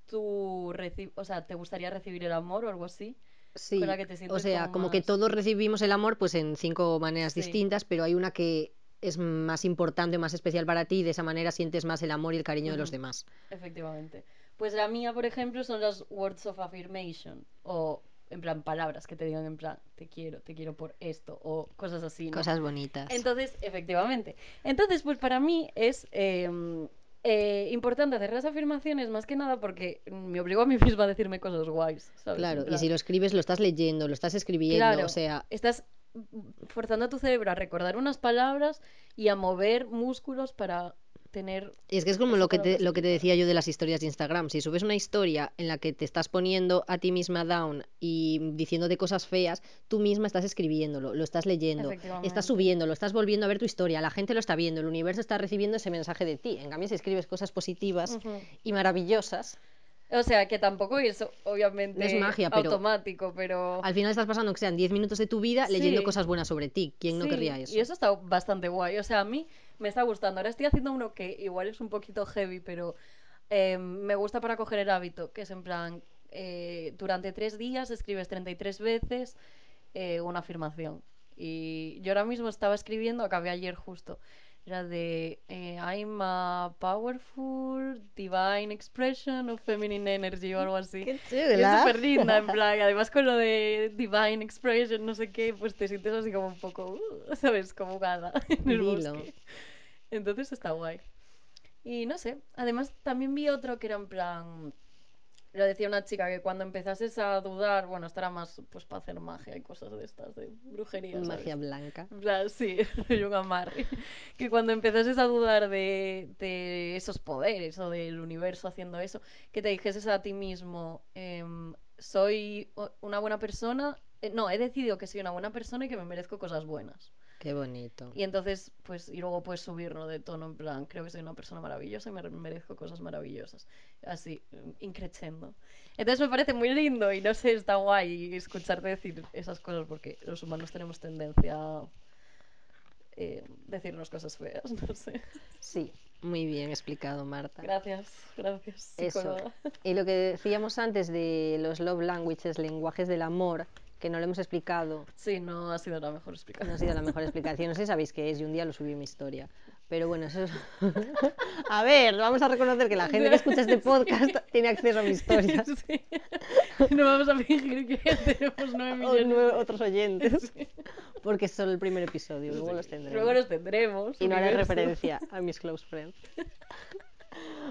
Speaker 1: tú recibes, o sea, te gustaría recibir el amor o algo así.
Speaker 2: Sí,
Speaker 1: con la que te
Speaker 2: o
Speaker 1: sientes
Speaker 2: sea, como,
Speaker 1: como
Speaker 2: que
Speaker 1: más-
Speaker 2: todos recibimos el amor pues en cinco maneras
Speaker 1: Sí.
Speaker 2: distintas, pero hay una que es más importante, más especial para ti y de esa manera sientes más el amor y el cariño de los
Speaker 1: Ujú.
Speaker 2: demás.
Speaker 1: Efectivamente. Pues la mía, por ejemplo, son las words of affirmation o en plan palabras que te digan en plan te quiero, te quiero por esto o cosas así, ¿no?
Speaker 2: Cosas bonitas.
Speaker 1: Entonces, efectivamente. Entonces, pues para mí es eh, eh, importante hacer las afirmaciones más que nada porque me obligo a mí misma a decirme cosas guays, ¿sabes?
Speaker 2: claro,
Speaker 1: En
Speaker 2: y si
Speaker 1: plan,
Speaker 2: lo escribes, lo estás leyendo, lo estás escribiendo,
Speaker 1: claro,
Speaker 2: o sea,
Speaker 1: estás forzando a tu cerebro a recordar unas palabras y a mover músculos para tener...
Speaker 2: es que es como
Speaker 1: esa
Speaker 2: lo que,
Speaker 1: palabra
Speaker 2: te, lo que te
Speaker 1: escrita.
Speaker 2: decía yo de las historias de Instagram. Si subes una historia en la que te estás poniendo a ti misma down y diciéndote cosas feas, tú misma estás escribiéndolo, lo estás leyendo,
Speaker 1: Efectivamente.
Speaker 2: estás subiéndolo, estás volviendo a ver tu historia, la gente lo está viendo, el universo está recibiendo ese mensaje de ti. En cambio, si escribes cosas positivas,
Speaker 1: Ujú.
Speaker 2: y maravillosas.
Speaker 1: O sea, que tampoco es obviamente
Speaker 2: No es magia, pero-
Speaker 1: automático, pero...
Speaker 2: Al final estás pasando, que sean 10 minutos de tu vida leyendo
Speaker 1: Sí.
Speaker 2: cosas buenas sobre ti. ¿Quién no
Speaker 1: Sí,
Speaker 2: querría eso?
Speaker 1: Y eso está bastante guay. O sea, a mí me está gustando. Ahora estoy haciendo uno que igual es un poquito heavy, pero eh, me gusta para coger el hábito, que es en plan, eh, durante tres días escribes 33 veces eh, una afirmación. Y yo ahora mismo estaba escribiendo, acabé ayer justo. Era de eh, I'm a powerful divine expression of feminine energy o algo
Speaker 2: (laughs)
Speaker 1: así. Y es súper linda, en plan, y además con lo de Divine Expression, no sé qué, pues te sientes así como un poco, uh, ¿sabes? Como gada (laughs) en el
Speaker 2: Dilo.
Speaker 1: bosque. Entonces está guay. Y no sé, además también vi otro que era en plan, lo decía una chica, que cuando empezases a dudar, bueno, estará más pues para hacer magia y cosas de estas, de brujería, ¿sabes?
Speaker 2: Magia blanca.
Speaker 1: En plan, sí, (laughs) soy un amarre. Que cuando empezases a dudar de, de esos poderes o del universo haciendo eso, que te dijeses a ti mismo, em, soy o- una buena persona, eh, no, he decidido que soy una buena persona y que me merezco cosas buenas.
Speaker 2: Qué bonito.
Speaker 1: Y entonces, pues, y luego puedes subirlo de tono, en plan, creo que soy una persona maravillosa y me merezco cosas maravillosas. Así, increciendo. Entonces me parece muy lindo y no sé, está guay escucharte decir esas cosas porque los humanos tenemos tendencia a eh, decirnos cosas feas, (laughs) no sé.
Speaker 2: Sí, muy bien explicado, Marta.
Speaker 1: Gracias, gracias,
Speaker 2: Eso.
Speaker 1: psicóloga.
Speaker 2: Y lo que decíamos antes de los love languages, lenguajes del amor, que no lo hemos explicado,
Speaker 1: Sí, no ha sido la mejor explicación.
Speaker 2: no ha sido la mejor explicación. No sé si sabéis qué es, yo un día lo subí en mi historia. Pero bueno, eso es... (laughs) A ver, vamos a reconocer que la gente que
Speaker 1: (laughs)
Speaker 2: escucha este podcast tiene acceso a mi historia.
Speaker 1: Sí. No vamos a fingir que (laughs) tenemos nueve
Speaker 2: O
Speaker 1: millones.
Speaker 2: nue- otros oyentes. Porque es solo el primer episodio, luego
Speaker 1: Sí.
Speaker 2: los tendremos.
Speaker 1: Luego los tendremos.
Speaker 2: Y no haré
Speaker 1: universo.
Speaker 2: referencia a mis close
Speaker 1: (laughs)
Speaker 2: friends.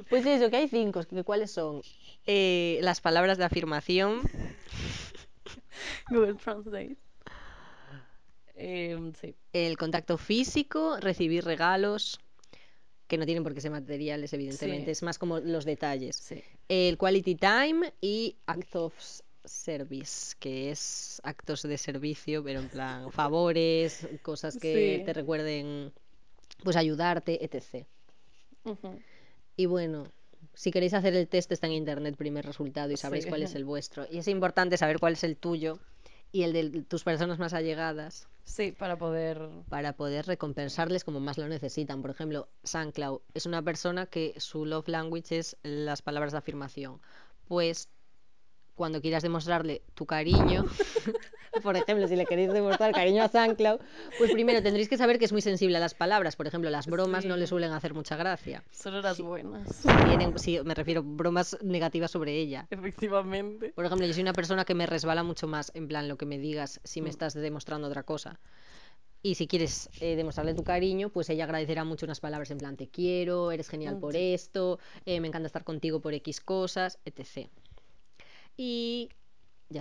Speaker 2: Pues eso, que hay cinco. que ¿Cuáles son? Eh, las palabras de afirmación.
Speaker 1: Google Translate. Em, sí.
Speaker 2: El contacto físico, recibir regalos, que no tienen por qué ser materiales, evidentemente,
Speaker 1: Sí.
Speaker 2: es más como los detalles.
Speaker 1: Sí.
Speaker 2: El quality time y acts of, service, que es actos de servicio, pero en
Speaker 4: (laughs)
Speaker 2: plan favores, cosas que
Speaker 4: Sí.
Speaker 2: te recuerden, pues ayudarte, etc. Y bueno, si queréis hacer el test está en internet primer resultado y sabréis
Speaker 4: Sí.
Speaker 2: cuál
Speaker 4: (laughs)
Speaker 2: es el vuestro. Y es importante saber cuál es el tuyo y el de tus personas más allegadas
Speaker 4: Sí, para poder.
Speaker 2: para poder recompensarles como más lo necesitan. Por ejemplo, SunCloud es una persona que su love language es las palabras de afirmación. Pues cuando quieras demostrarle tu cariño, (laughs) por ejemplo, si le queréis demostrar cariño a SunCloud, pues primero tendréis que saber que es muy sensible a las palabras. Por ejemplo, las bromas no le
Speaker 4: Sí.
Speaker 2: suelen hacer mucha gracia.
Speaker 4: Solo las
Speaker 1: (laughs)
Speaker 4: buenas.
Speaker 2: Tienen, sí, me refiero bromas negativas sobre ella.
Speaker 4: Efectivamente.
Speaker 2: Por ejemplo, yo soy una persona que me resbala mucho más, en plan, lo que me digas, si
Speaker 4: Mm.
Speaker 2: me estás demostrando otra cosa. Y si quieres eh, demostrarle tu cariño, pues ella agradecerá mucho unas palabras en plan, te quiero, eres
Speaker 4: Mm,
Speaker 2: genial por esto, eh, me encanta estar contigo por X cosas, etc. Y ya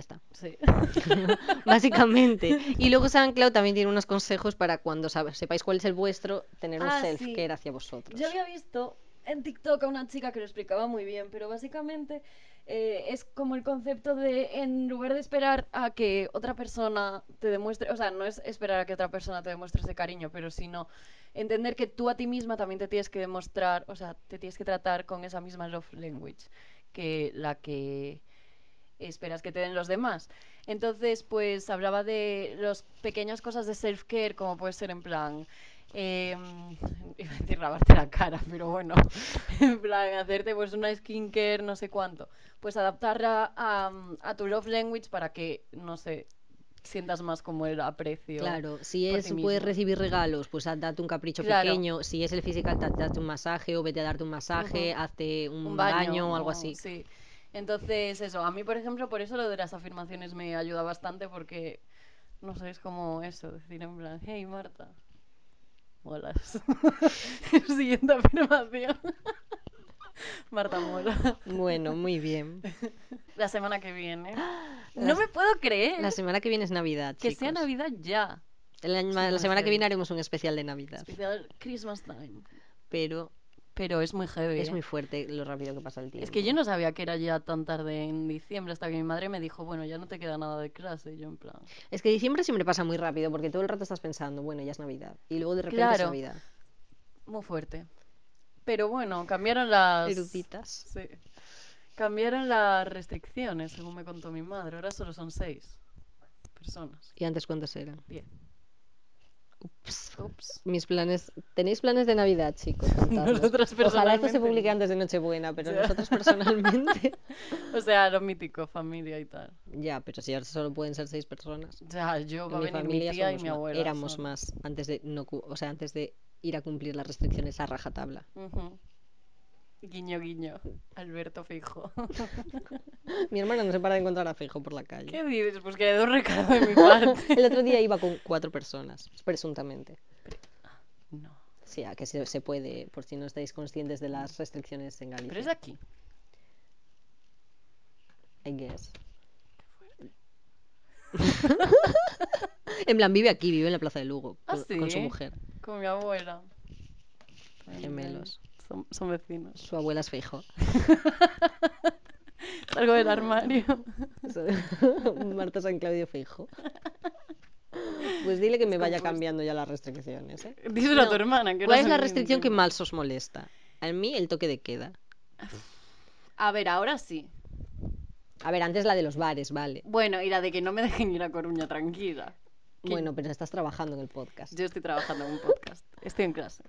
Speaker 4: (laughs)
Speaker 2: está,
Speaker 4: Sí.
Speaker 2: básicamente. Y luego SoundCloud también tiene unos consejos para cuando sab- sepáis cuál es el vuestro, tener un
Speaker 4: Ah, sí.
Speaker 2: self-care hacia vosotros.
Speaker 1: Yo había visto en TikTok a una chica que lo explicaba muy bien, pero básicamente eh, es como el concepto de en lugar de esperar a que otra persona te demuestre, o sea, no es esperar a que otra persona te demuestre ese cariño, pero sino entender que tú a ti misma también te tienes que demostrar, o sea, te tienes que tratar con esa misma love language que la que esperas que te den los demás. Entonces, pues hablaba de las pequeñas cosas de self-care, como puede ser en plan, eh, (laughs) iba a decir lavarte la cara, pero bueno, (laughs) en plan, hacerte pues una skincare, no sé cuánto. Pues adaptarla a, a tu love language para que, no sé, sientas más como el aprecio.
Speaker 2: Claro, si
Speaker 1: por
Speaker 2: es
Speaker 1: ti
Speaker 2: puedes
Speaker 1: mismo.
Speaker 2: recibir regalos, pues haz- date un capricho
Speaker 1: Claro.
Speaker 2: pequeño. Si es el physical, da- date un masaje o vete a darte un masaje, hazte un,
Speaker 1: un
Speaker 2: baño,
Speaker 1: baño,
Speaker 2: o algo así.
Speaker 1: Sí. Entonces, eso, a mí, por ejemplo, por eso lo de las afirmaciones me ayuda bastante porque, no sé, es como eso, decir en plan, hey, Marta, molas. (laughs) Siguiente afirmación. (laughs) Marta mola.
Speaker 2: Bueno, muy
Speaker 1: (laughs)
Speaker 2: bien.
Speaker 1: La semana que
Speaker 2: (gasps)
Speaker 1: viene. No me puedo creer
Speaker 2: La semana que viene es Navidad.
Speaker 1: que sea
Speaker 2: chicos.
Speaker 1: Navidad ya.
Speaker 2: El año- la
Speaker 1: muy
Speaker 2: semana que
Speaker 1: heavy.
Speaker 2: viene haremos un especial de Navidad,
Speaker 1: Especial Christmas time.
Speaker 2: pero
Speaker 1: Pero es muy heavy.
Speaker 2: es
Speaker 1: ¿eh?
Speaker 2: muy fuerte lo rápido que pasa el tiempo.
Speaker 1: Es que yo no sabía que era ya tan tarde en diciembre hasta que mi madre me dijo, bueno, ya no te queda nada de clase. Y yo en plan...
Speaker 2: Es que diciembre siempre pasa muy rápido porque todo el rato estás pensando, bueno, ya es Navidad. Y luego de repente es
Speaker 1: Claro.
Speaker 2: Navidad.
Speaker 1: Muy fuerte. Pero bueno, cambiaron las.
Speaker 2: Eruditas.
Speaker 1: Sí. Cambiaron las restricciones, según me contó mi madre. Ahora solo son seis personas.
Speaker 2: ¿Y antes cuántos eran?
Speaker 1: Bien.
Speaker 2: Ups.
Speaker 1: Ups.
Speaker 2: Mis planes. ¿Tenéis planes de Navidad,
Speaker 1: (laughs)
Speaker 2: chicos? Contadnos.
Speaker 1: Nosotras
Speaker 2: Ojalá esto se
Speaker 1: personalmente
Speaker 2: publique
Speaker 1: no.
Speaker 2: antes de Nochebuena,
Speaker 1: (laughs)
Speaker 2: pero
Speaker 1: Ya.
Speaker 2: nosotros
Speaker 1: (laughs)
Speaker 2: personalmente.
Speaker 1: O sea, lo mítico, familia y tal.
Speaker 2: ya, pero si ahora solo pueden ser seis personas.
Speaker 1: Ya, yo,
Speaker 2: En
Speaker 1: va a
Speaker 2: mi
Speaker 1: venir mi
Speaker 2: familia
Speaker 1: tía y
Speaker 2: somos
Speaker 1: mi
Speaker 2: ma-
Speaker 1: abuela.
Speaker 2: éramos
Speaker 1: solo.
Speaker 2: más antes de no, cu- o sea, antes de ir a cumplir las restricciones a rajatabla. (laughs)
Speaker 1: Ujú. Guiño, guiño. Alberto Fijo. (laughs)
Speaker 2: Mi hermana no se para de encontrar a Fijo por la calle.
Speaker 1: ¿Qué dices? Pues que le doy un recado de mi parte.
Speaker 2: (laughs) El otro día iba con cuatro personas, presuntamente.
Speaker 1: No.
Speaker 2: Sí, a que se, se puede, por si no estáis conscientes de las restricciones en Galicia.
Speaker 1: Pero es de aquí.
Speaker 2: I
Speaker 1: (laughs)
Speaker 2: guess. en plan, vive aquí, vive en la Plaza de Lugo,
Speaker 1: Ah,
Speaker 2: con, con su
Speaker 1: ¿sí?
Speaker 2: mujer.
Speaker 1: Con mi abuela.
Speaker 2: Gemelos.
Speaker 1: Son, son vecinos.
Speaker 2: Su abuela es
Speaker 1: (laughs)
Speaker 2: Feijo.
Speaker 1: Salgo del armario.
Speaker 2: (laughs) Marta San Claudio Feijo. Pues dile que me vaya cambiando ya las restricciones. ¿eh?
Speaker 1: Díselo a
Speaker 2: No.
Speaker 1: tu hermana. Que
Speaker 2: ¿Cuál
Speaker 1: no
Speaker 2: es
Speaker 1: se
Speaker 2: la
Speaker 1: olvide.
Speaker 2: restricción que más os molesta? A mí el toque de queda.
Speaker 1: A ver, ahora sí.
Speaker 2: A ver, antes la de los bares, vale.
Speaker 1: Bueno, y la de que no me dejen ir a Coruña tranquila. ¿Qué?
Speaker 2: Bueno, pero estás trabajando en el podcast.
Speaker 1: Yo estoy trabajando en un podcast. Estoy en clase.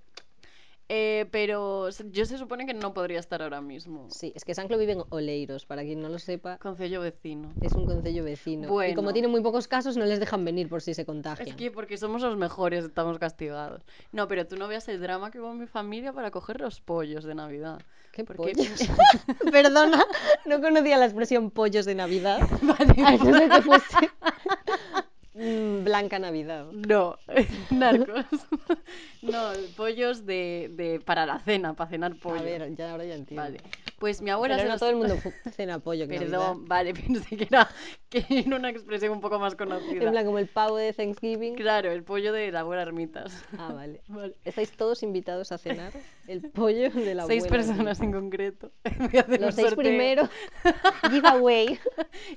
Speaker 1: Eh, pero se- yo se supone que no podría estar ahora mismo.
Speaker 2: Sí, es que San Claudio vive en Oleiros, para quien no lo sepa,
Speaker 1: Concello vecino.
Speaker 2: es un concello vecino. Y como
Speaker 1: Bueno.
Speaker 2: tiene muy pocos casos, no les dejan venir por si se contagian.
Speaker 1: Es que porque somos los mejores estamos castigados. No, pero tú no veas el drama que hubo en mi familia para coger los pollos de Navidad. (laughs)
Speaker 2: ¿Qué
Speaker 1: porque-
Speaker 2: pollos?
Speaker 1: (laughs)
Speaker 2: (laughs) Perdona, no conocía la expresión pollos de Navidad. A
Speaker 1: Vale.
Speaker 2: no ser que fuese mm, Blanca Navidad.
Speaker 1: (laughs) No, (laughs) narcos. (laughs) No, pollos de, de- para la cena, para cenar pollo.
Speaker 2: A ver, ya ahora ya entiendo.
Speaker 1: Vale. Pues mi abuela
Speaker 2: Pero
Speaker 1: se
Speaker 2: no
Speaker 1: los-
Speaker 2: todo el
Speaker 1: (laughs)
Speaker 2: mundo cena pollo en Navidad.
Speaker 1: Perdón, vale, (laughs) pensé que era, que era una expresión un poco más conocida.
Speaker 2: En plan, como el pavo de Thanksgiving.
Speaker 1: Claro, el pollo de la abuela Ermitas. (laughs)
Speaker 2: Ah, vale. Estáis todos invitados a cenar el pollo de la
Speaker 1: seis
Speaker 2: abuela.
Speaker 1: personas en concreto. (laughs) Voy a hacer
Speaker 2: Los
Speaker 1: un
Speaker 2: seis
Speaker 1: sorteo. (laughs)
Speaker 2: primeros. Giveaway.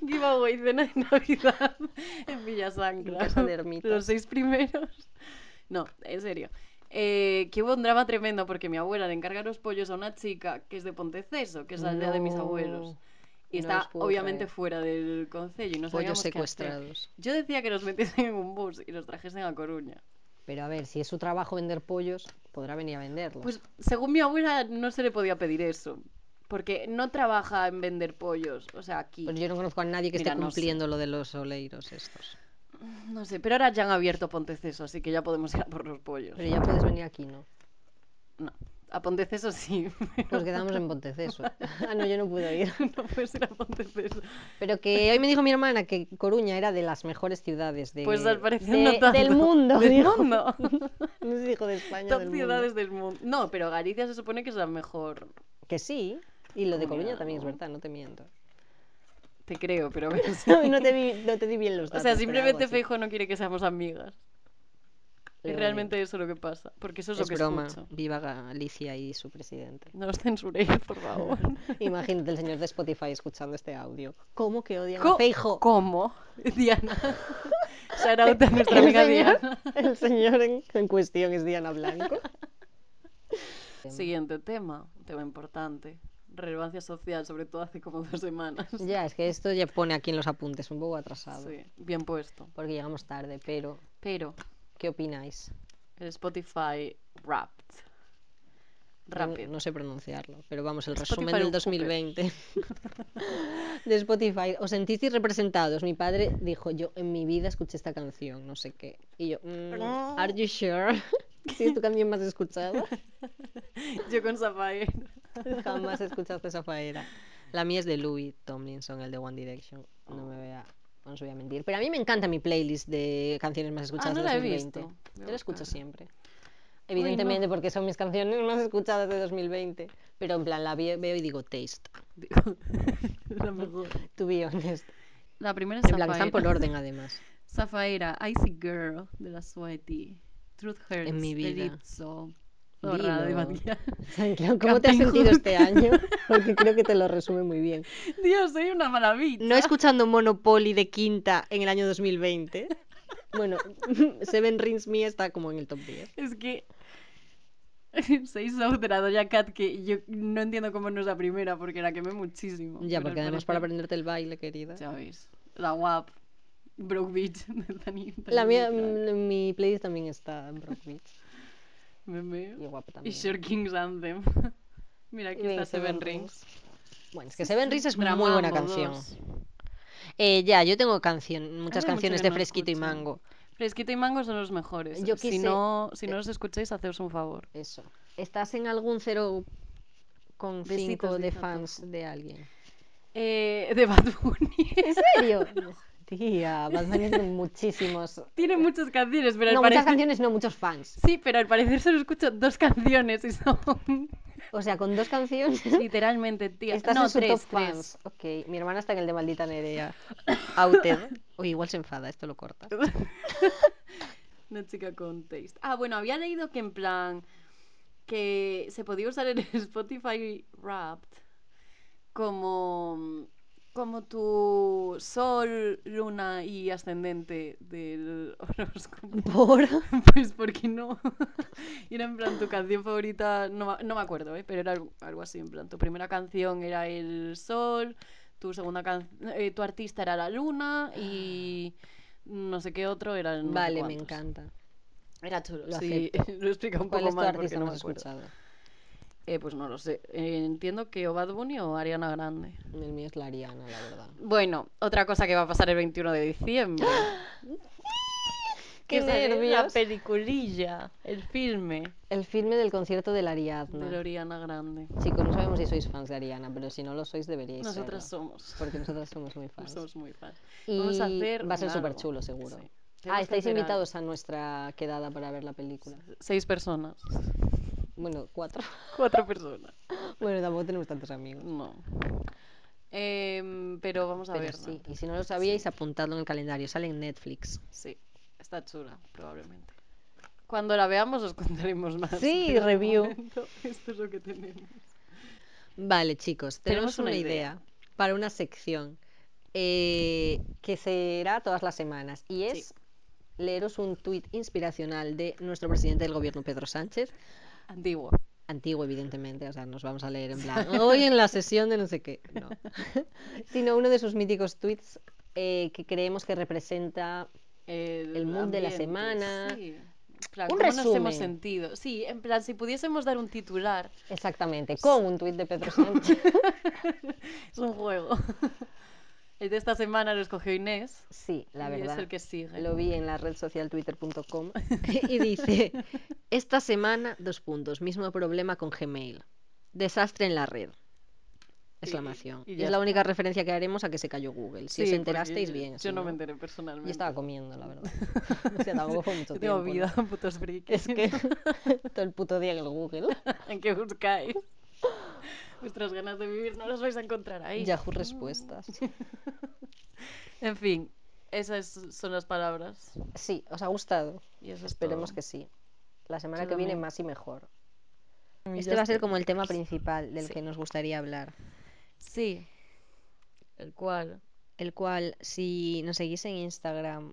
Speaker 1: Giveaway cena de Navidad (laughs) en Villasancra.
Speaker 2: En casa de ermitas.
Speaker 1: Los seis primeros. No, en serio. Eh, que hubo un drama tremendo porque mi abuela le encarga los pollos a una chica que es de Ponteceso, que es la aldea de mis abuelos.
Speaker 2: No,
Speaker 1: Y
Speaker 2: no los
Speaker 1: está
Speaker 2: puedo
Speaker 1: obviamente
Speaker 2: creer.
Speaker 1: fuera del concello y no
Speaker 2: Pollos
Speaker 1: sabíamos qué hacer.
Speaker 2: secuestrados.
Speaker 1: Yo decía que los metiesen en un bus y los trajesen a Coruña.
Speaker 2: Pero a ver, si es su trabajo vender pollos, podrá venir a venderlos.
Speaker 1: Pues según mi abuela no se le podía pedir eso, porque no trabaja en vender pollos, o sea, aquí.
Speaker 2: Pues yo no conozco a nadie que
Speaker 1: Mira,
Speaker 2: esté
Speaker 1: no sé.
Speaker 2: cumpliendo lo de los oleiros estos.
Speaker 1: No sé, pero ahora ya han abierto Ponteceso, así que ya podemos ir a por los pollos.
Speaker 2: Pero ya puedes venir aquí, ¿no?
Speaker 1: No, a Ponteceso sí. (laughs)
Speaker 2: Nos quedamos en Ponteceso. ah, no, yo no puedo ir.
Speaker 1: no puedes ir a Ponteceso.
Speaker 2: Pero que hoy me dijo mi hermana que Coruña era de las mejores ciudades de,
Speaker 1: Pues al parecer
Speaker 2: de-
Speaker 1: no tanto.
Speaker 2: del mundo.
Speaker 1: (laughs) Del
Speaker 2: dijo.
Speaker 1: mundo.
Speaker 2: (laughs) No se dijo de España,
Speaker 1: Top
Speaker 2: del
Speaker 1: ciudades
Speaker 2: mundo.
Speaker 1: del mundo. No, pero Galicia se supone que es la mejor.
Speaker 2: Que sí. Y lo de Coruña
Speaker 1: Comunidad,
Speaker 2: también es
Speaker 1: ¿no?
Speaker 2: verdad, no
Speaker 1: (laughs)
Speaker 2: te miento. (laughs)
Speaker 1: Te creo, pero a ver si-
Speaker 2: No te, di, no te di bien los
Speaker 1: O
Speaker 2: datos.
Speaker 1: sea,
Speaker 2: pero
Speaker 1: simplemente
Speaker 2: algo así.
Speaker 1: Feijo no quiere que seamos amigas. Es
Speaker 2: Eh,
Speaker 1: realmente eso lo que pasa. Porque eso es,
Speaker 2: Es
Speaker 1: lo que
Speaker 2: broma.
Speaker 1: escucho.
Speaker 2: Viva Galicia y su presidente.
Speaker 1: No os censuréis, por favor.
Speaker 2: (laughs) Imagínate el señor de Spotify escuchando este audio. ¿Cómo que odian a
Speaker 1: Co-
Speaker 2: Feijo? (laughs)
Speaker 1: ¿Cómo? Diana. (laughs) Shout out a nuestra
Speaker 2: El
Speaker 1: amiga
Speaker 2: señor-
Speaker 1: Diana.
Speaker 2: El señor en, en cuestión es Diana Blanco.
Speaker 1: Siguiente tema, un tema importante. Relevancia social, sobre todo hace como dos semanas.
Speaker 2: Ya, es que esto ya pone aquí en los apuntes, un poco atrasado.
Speaker 1: pues Sí, bien puesto.
Speaker 2: Porque llegamos tarde, pero
Speaker 1: Pero
Speaker 2: ¿qué opináis?
Speaker 1: el Spotify Wrapped.
Speaker 2: Yo
Speaker 1: Rapid.
Speaker 2: No, no sé pronunciarlo, pero vamos, el
Speaker 1: Spotify
Speaker 2: resumen
Speaker 1: Cooper.
Speaker 2: del
Speaker 1: (laughs)
Speaker 2: 2020 de Spotify. ¿Os sentisteis representados? Mi padre dijo, yo en mi vida escuché esta canción, no sé qué. Y yo, mm, ¿Are
Speaker 1: (laughs)
Speaker 2: you sure? (laughs) Si es tu canción más escuchada,
Speaker 1: Yo con Sapphire.
Speaker 2: (laughs) jamás escuchaste esa faera. La mía es de Louis Tomlinson, el de One Direction. No
Speaker 1: Oh.
Speaker 2: me vea, no os voy a mentir. Pero a mí me encanta mi playlist de canciones más escuchadas
Speaker 1: Ah, no
Speaker 2: de
Speaker 1: la he
Speaker 2: 2020.
Speaker 1: visto. Voy a
Speaker 2: Yo la escucho
Speaker 1: buscarla.
Speaker 2: siempre. Evidentemente, porque son mis canciones más escuchadas de 2020. Pero en plan, la ve- veo y digo, taste,
Speaker 1: Digo, (laughs) la mejor.
Speaker 2: to be honest.
Speaker 1: La primera es
Speaker 2: En plan, están por
Speaker 1: Sapphire. (laughs)
Speaker 2: orden, además. (laughs)
Speaker 1: Zafaira, Icy Girl de la Sweaty, Truth Hurts
Speaker 2: En mi
Speaker 1: de
Speaker 2: vida.
Speaker 1: Lizzo, Zorra de
Speaker 2: Dilo.
Speaker 1: Badía.
Speaker 2: Tranquilo, ¿cómo te
Speaker 1: Captain
Speaker 2: has sentido
Speaker 1: Hook.
Speaker 2: este año? Porque creo que te lo resume muy bien.
Speaker 1: (laughs) Dios, soy una maravilla.
Speaker 2: No escuchando Monopoly de quinta en el año 2020. Bueno, (laughs) Seven Rings Me está como en el top 10.
Speaker 1: Es que (laughs) soy so de la Doja Cat que yo no entiendo cómo no es la primera porque la quemé muchísimo.
Speaker 2: Ya,
Speaker 1: Oh, pero
Speaker 2: porque
Speaker 1: al
Speaker 2: además para
Speaker 1: parecer-
Speaker 2: aprenderte el baile, querida.
Speaker 1: Ya veis, la WAP, Broke Beach (laughs) de Dani.
Speaker 2: La
Speaker 1: Dani
Speaker 2: mía,
Speaker 1: Lizard.
Speaker 2: mm, mi playlist también está en Brock Beach.
Speaker 1: Me
Speaker 2: Y
Speaker 1: meo.
Speaker 2: guapa
Speaker 1: Y
Speaker 2: también.
Speaker 1: Sure King's Anthem. (laughs) Mira, aquí
Speaker 2: Y ven,
Speaker 1: está Seven Rings.
Speaker 2: Bueno, es que Seven Rings es una muy
Speaker 1: Dramambo
Speaker 2: buena canción.
Speaker 1: 2.
Speaker 2: Eh, ya, yo tengo canción, muchas
Speaker 1: mucho
Speaker 2: canciones
Speaker 1: que
Speaker 2: de
Speaker 1: no
Speaker 2: Fresquito y
Speaker 1: escucho.
Speaker 2: Mango.
Speaker 1: Fresquito y mango son los mejores.
Speaker 2: Yo
Speaker 1: si,
Speaker 2: quise-
Speaker 1: no, si no los escucháis, haceos un favor.
Speaker 2: Eso. ¿Estás en algún cero con cinco
Speaker 1: Besitos,
Speaker 2: de
Speaker 1: dijo
Speaker 2: fans
Speaker 1: Tuco.
Speaker 2: de alguien?
Speaker 1: (laughs) Eh, de Bad Bunny. (laughs)
Speaker 2: ¿En serio? Tía, Bad Bunny tiene muchísimos...
Speaker 1: Tiene muchas canciones, pero al
Speaker 2: No, muchas
Speaker 1: parecer...
Speaker 2: canciones, no, muchos fans.
Speaker 1: Sí, pero al parecer solo escucho dos canciones y
Speaker 2: (laughs)
Speaker 1: son
Speaker 2: O sea, con
Speaker 1: (laughs)
Speaker 2: dos canciones
Speaker 1: literalmente, tía.
Speaker 2: estás
Speaker 1: no,
Speaker 2: en su
Speaker 1: tres, tres.
Speaker 2: top fans. Ok, mi hermana está en el de Maldita Nerea.
Speaker 1: (coughs)
Speaker 2: Outed. Uy, igual se enfada, esto lo (laughs) corta.
Speaker 1: Una chica con taste. Ah, bueno, había leído que en plan que se podía usar el (laughs) Spotify Wrapped como como tu sol, luna y ascendente del horóscopo.
Speaker 2: Por...
Speaker 1: (laughs) Pues porque no. Y era en plan tu canción favorita, no, ma- no me acuerdo, ¿eh? pero era algo, algo así, en plan tu primera canción era El Sol, tu segunda can- eh, tu artista era La Luna y no sé qué otro era el no sé
Speaker 2: Vale, me
Speaker 1: cuántos.
Speaker 2: encanta.
Speaker 1: Era chulo,
Speaker 2: Lo
Speaker 1: sí, (laughs) lo he explicado un
Speaker 2: ¿Cuál
Speaker 1: poco
Speaker 2: es tu
Speaker 1: mal porque
Speaker 2: artista
Speaker 1: no me
Speaker 2: más
Speaker 1: acuerdo.
Speaker 2: escuchado?
Speaker 1: Eh, pues no lo sé. Eh, entiendo que o Bad Bunny o Ariana Grande.
Speaker 2: El mío es la Ariana, la verdad.
Speaker 1: Bueno, otra cosa que va a pasar el 21 de diciembre.
Speaker 2: (gasps)
Speaker 1: que
Speaker 2: ¡Qué
Speaker 1: sale La
Speaker 2: nervios!
Speaker 1: peliculilla, el filme
Speaker 2: El filme del concierto de la Ariadna.
Speaker 1: de Ariana Grande.
Speaker 2: Chicos, no sabemos si sois fans de Ariana, pero si no lo sois deberíais
Speaker 1: Nosotras
Speaker 2: serlo,
Speaker 1: somos.
Speaker 2: Porque nosotras somos muy
Speaker 1: (laughs)
Speaker 2: fans.
Speaker 1: Somos muy fans.
Speaker 2: Y
Speaker 1: Vamos a hacer
Speaker 2: va a ser
Speaker 1: un álbum.
Speaker 2: súper chulo, seguro.
Speaker 1: Sí. Tenemos
Speaker 2: Ah,
Speaker 1: que
Speaker 2: estáis
Speaker 1: hacer
Speaker 2: invitados a nuestra quedada para ver la película.
Speaker 1: algo. Seis personas. (laughs)
Speaker 2: Bueno, cuatro. (laughs)
Speaker 1: Cuatro personas.
Speaker 2: Bueno, tampoco tenemos tantos amigos.
Speaker 1: No. Em, pero vamos a
Speaker 2: Pero
Speaker 1: ver. ¿no?
Speaker 2: sí, y si no lo sabíais, apuntadlo en el calendario. Sale en Netflix.
Speaker 1: Sí, está chula, probablemente. Cuando la veamos os contaremos más.
Speaker 2: Sí,
Speaker 1: pero (laughs) de
Speaker 2: review.
Speaker 1: momento, Esto es lo que tenemos.
Speaker 2: Vale, chicos, tenemos,
Speaker 1: Tenemos
Speaker 2: una,
Speaker 1: una
Speaker 2: idea. para una sección eh, que será todas las semanas y es leeros un tuit inspiracional de nuestro presidente del gobierno, Pedro Sánchez,
Speaker 1: Antiguo.
Speaker 2: antiguo evidentemente, o sea, nos vamos a leer
Speaker 1: (laughs)
Speaker 2: en plan, hoy en la sesión de no sé qué, no, (laughs) sino uno de sus míticos tuits eh, que creemos que representa
Speaker 1: El,
Speaker 2: El mood de la semana.
Speaker 1: sí. En plan,
Speaker 2: Un
Speaker 1: ¿cómo nos
Speaker 2: resumen.
Speaker 1: hemos sentido? Sí, en plan, si pudiésemos dar un titular,
Speaker 2: exactamente con un tuit de Pedro Sánchez.
Speaker 1: es un juego. (laughs) El de esta semana lo escogió Inés.
Speaker 2: Sí,
Speaker 1: (laughs)
Speaker 2: la
Speaker 1: Y
Speaker 2: verdad.
Speaker 1: es el que sigue.
Speaker 2: Lo vi en la red
Speaker 1: (laughs)
Speaker 2: social twitter.com y dice, esta semana, dos puntos, mismo problema con Gmail. Desastre en la red. Exclamación.
Speaker 1: Y- y
Speaker 2: Y
Speaker 1: ya
Speaker 2: es la única referencia que haremos a que se cayó Google. Si os
Speaker 1: Sí,
Speaker 2: enterasteis
Speaker 1: porque
Speaker 2: bien.
Speaker 1: Yo
Speaker 2: si
Speaker 1: no me enteré personalmente.
Speaker 2: Yo estaba comiendo,
Speaker 1: (laughs)
Speaker 2: la verdad. O sea, tampoco fue mucho
Speaker 1: Yo tengo
Speaker 2: tiempo. ¿no?
Speaker 1: vida, putos
Speaker 2: (laughs)
Speaker 1: frikis.
Speaker 2: Es
Speaker 1: (laughs)
Speaker 2: que todo el puto día en el Google.
Speaker 1: ¿En qué buscáis? Vuestras ganas de vivir no las vais a encontrar ahí.
Speaker 2: Yahoo respuestas.
Speaker 1: En fin, esas son las palabras.
Speaker 2: Sí, os ha gustado.
Speaker 1: Y eso es
Speaker 2: Esperemos
Speaker 1: todo.
Speaker 2: que sí. La semana
Speaker 1: Yo
Speaker 2: que viene
Speaker 1: también.
Speaker 2: más y mejor.
Speaker 1: Y
Speaker 2: Este
Speaker 1: ya
Speaker 2: va a ser
Speaker 1: está.
Speaker 2: como el tema principal del
Speaker 1: Sí.
Speaker 2: que nos gustaría hablar.
Speaker 1: Sí. El cual, (laughs)
Speaker 2: el cual si nos seguís en Instagram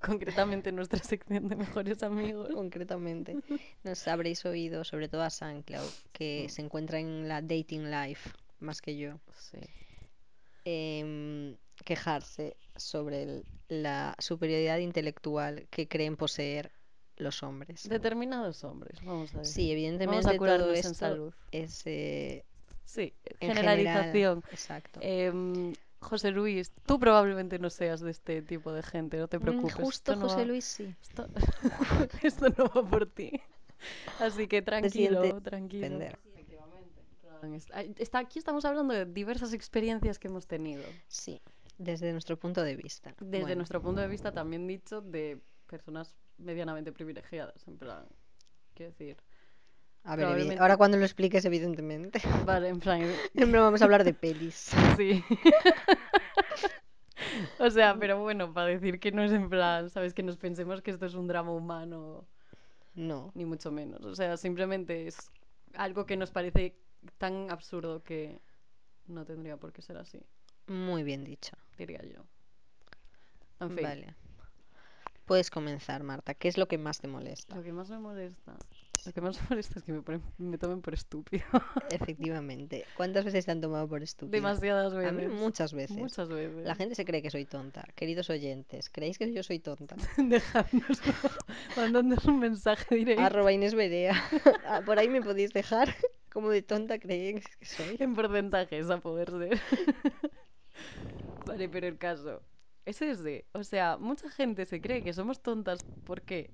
Speaker 1: concretamente nuestra sección de mejores amigos.
Speaker 2: (laughs) concretamente,
Speaker 1: (laughs)
Speaker 2: nos habréis oído, sobre todo a SoundCloud, que
Speaker 1: Mm.
Speaker 2: se encuentra en la dating life, más que yo,
Speaker 1: Sí.
Speaker 2: em, quejarse sobre el- la superioridad intelectual que creen poseer los hombres.
Speaker 1: Determinados hombres, vamos a decir.
Speaker 2: Sí, evidentemente
Speaker 1: curarnos
Speaker 2: todo
Speaker 1: en
Speaker 2: esto
Speaker 1: salud.
Speaker 2: es eh,
Speaker 1: Sí,
Speaker 2: en general,
Speaker 1: generalización.
Speaker 2: exacto.
Speaker 1: Em, José Luis, tú probablemente no seas de este tipo de gente, no te
Speaker 2: Mm,
Speaker 1: preocupes.
Speaker 2: Justo
Speaker 1: esto no
Speaker 2: José
Speaker 1: va-
Speaker 2: Luis sí.
Speaker 1: Esto... (laughs) esto no va por ti. Así que tranquilo,
Speaker 2: sientes
Speaker 1: tranquilo.
Speaker 2: Entender.
Speaker 1: Plan, es- ay, Está, aquí estamos hablando de diversas experiencias que hemos tenido.
Speaker 2: Sí, desde nuestro punto de vista.
Speaker 1: Desde
Speaker 2: Bueno,
Speaker 1: nuestro punto de vista, también dicho, de personas medianamente privilegiadas. En plan, quiero decir.
Speaker 2: a ver, evi-
Speaker 1: probablemente-
Speaker 2: ahora cuando lo expliques, evidentemente. (laughs)
Speaker 1: Vale, en plan.
Speaker 2: No vamos a hablar
Speaker 1: (laughs)
Speaker 2: de pelis.
Speaker 1: Sí. o sea, pero bueno, para decir que no es en plan, ¿sabes? Que nos pensemos que esto es un drama humano,
Speaker 2: No.
Speaker 1: ni mucho menos. O sea, simplemente es algo que nos parece tan absurdo que no tendría por qué ser así,
Speaker 2: Muy bien dicho.
Speaker 1: diría yo. En fin.
Speaker 2: Vale. Puedes comenzar, Marta. ¿Qué es lo que más te
Speaker 1: (laughs)
Speaker 2: molesta?
Speaker 1: Lo que más me molesta. Lo que más me molesta es que me, ponen- me tomen por estúpido.
Speaker 2: Efectivamente. ¿Cuántas veces te han tomado por estúpida?
Speaker 1: (laughs) Demasiadas
Speaker 2: A
Speaker 1: veces.
Speaker 2: mí muchas veces.
Speaker 1: Muchas veces.
Speaker 2: La gente se cree que soy tonta. Queridos oyentes, ¿creéis que yo
Speaker 1: (laughs)
Speaker 2: soy tonta?
Speaker 1: (laughs)
Speaker 2: (laughs)
Speaker 1: Dejadnos, mandándonos un mensaje directo
Speaker 2: Arroba
Speaker 1: (laughs)
Speaker 2: Inés Berea. Ah, por ahí me podéis dejar (laughs) como de tonta creéis que soy.
Speaker 1: en porcentajes a poder ser. (laughs) vale, pero el caso. Es ese. O sea, mucha gente se cree que somos tontas. ¿Por qué?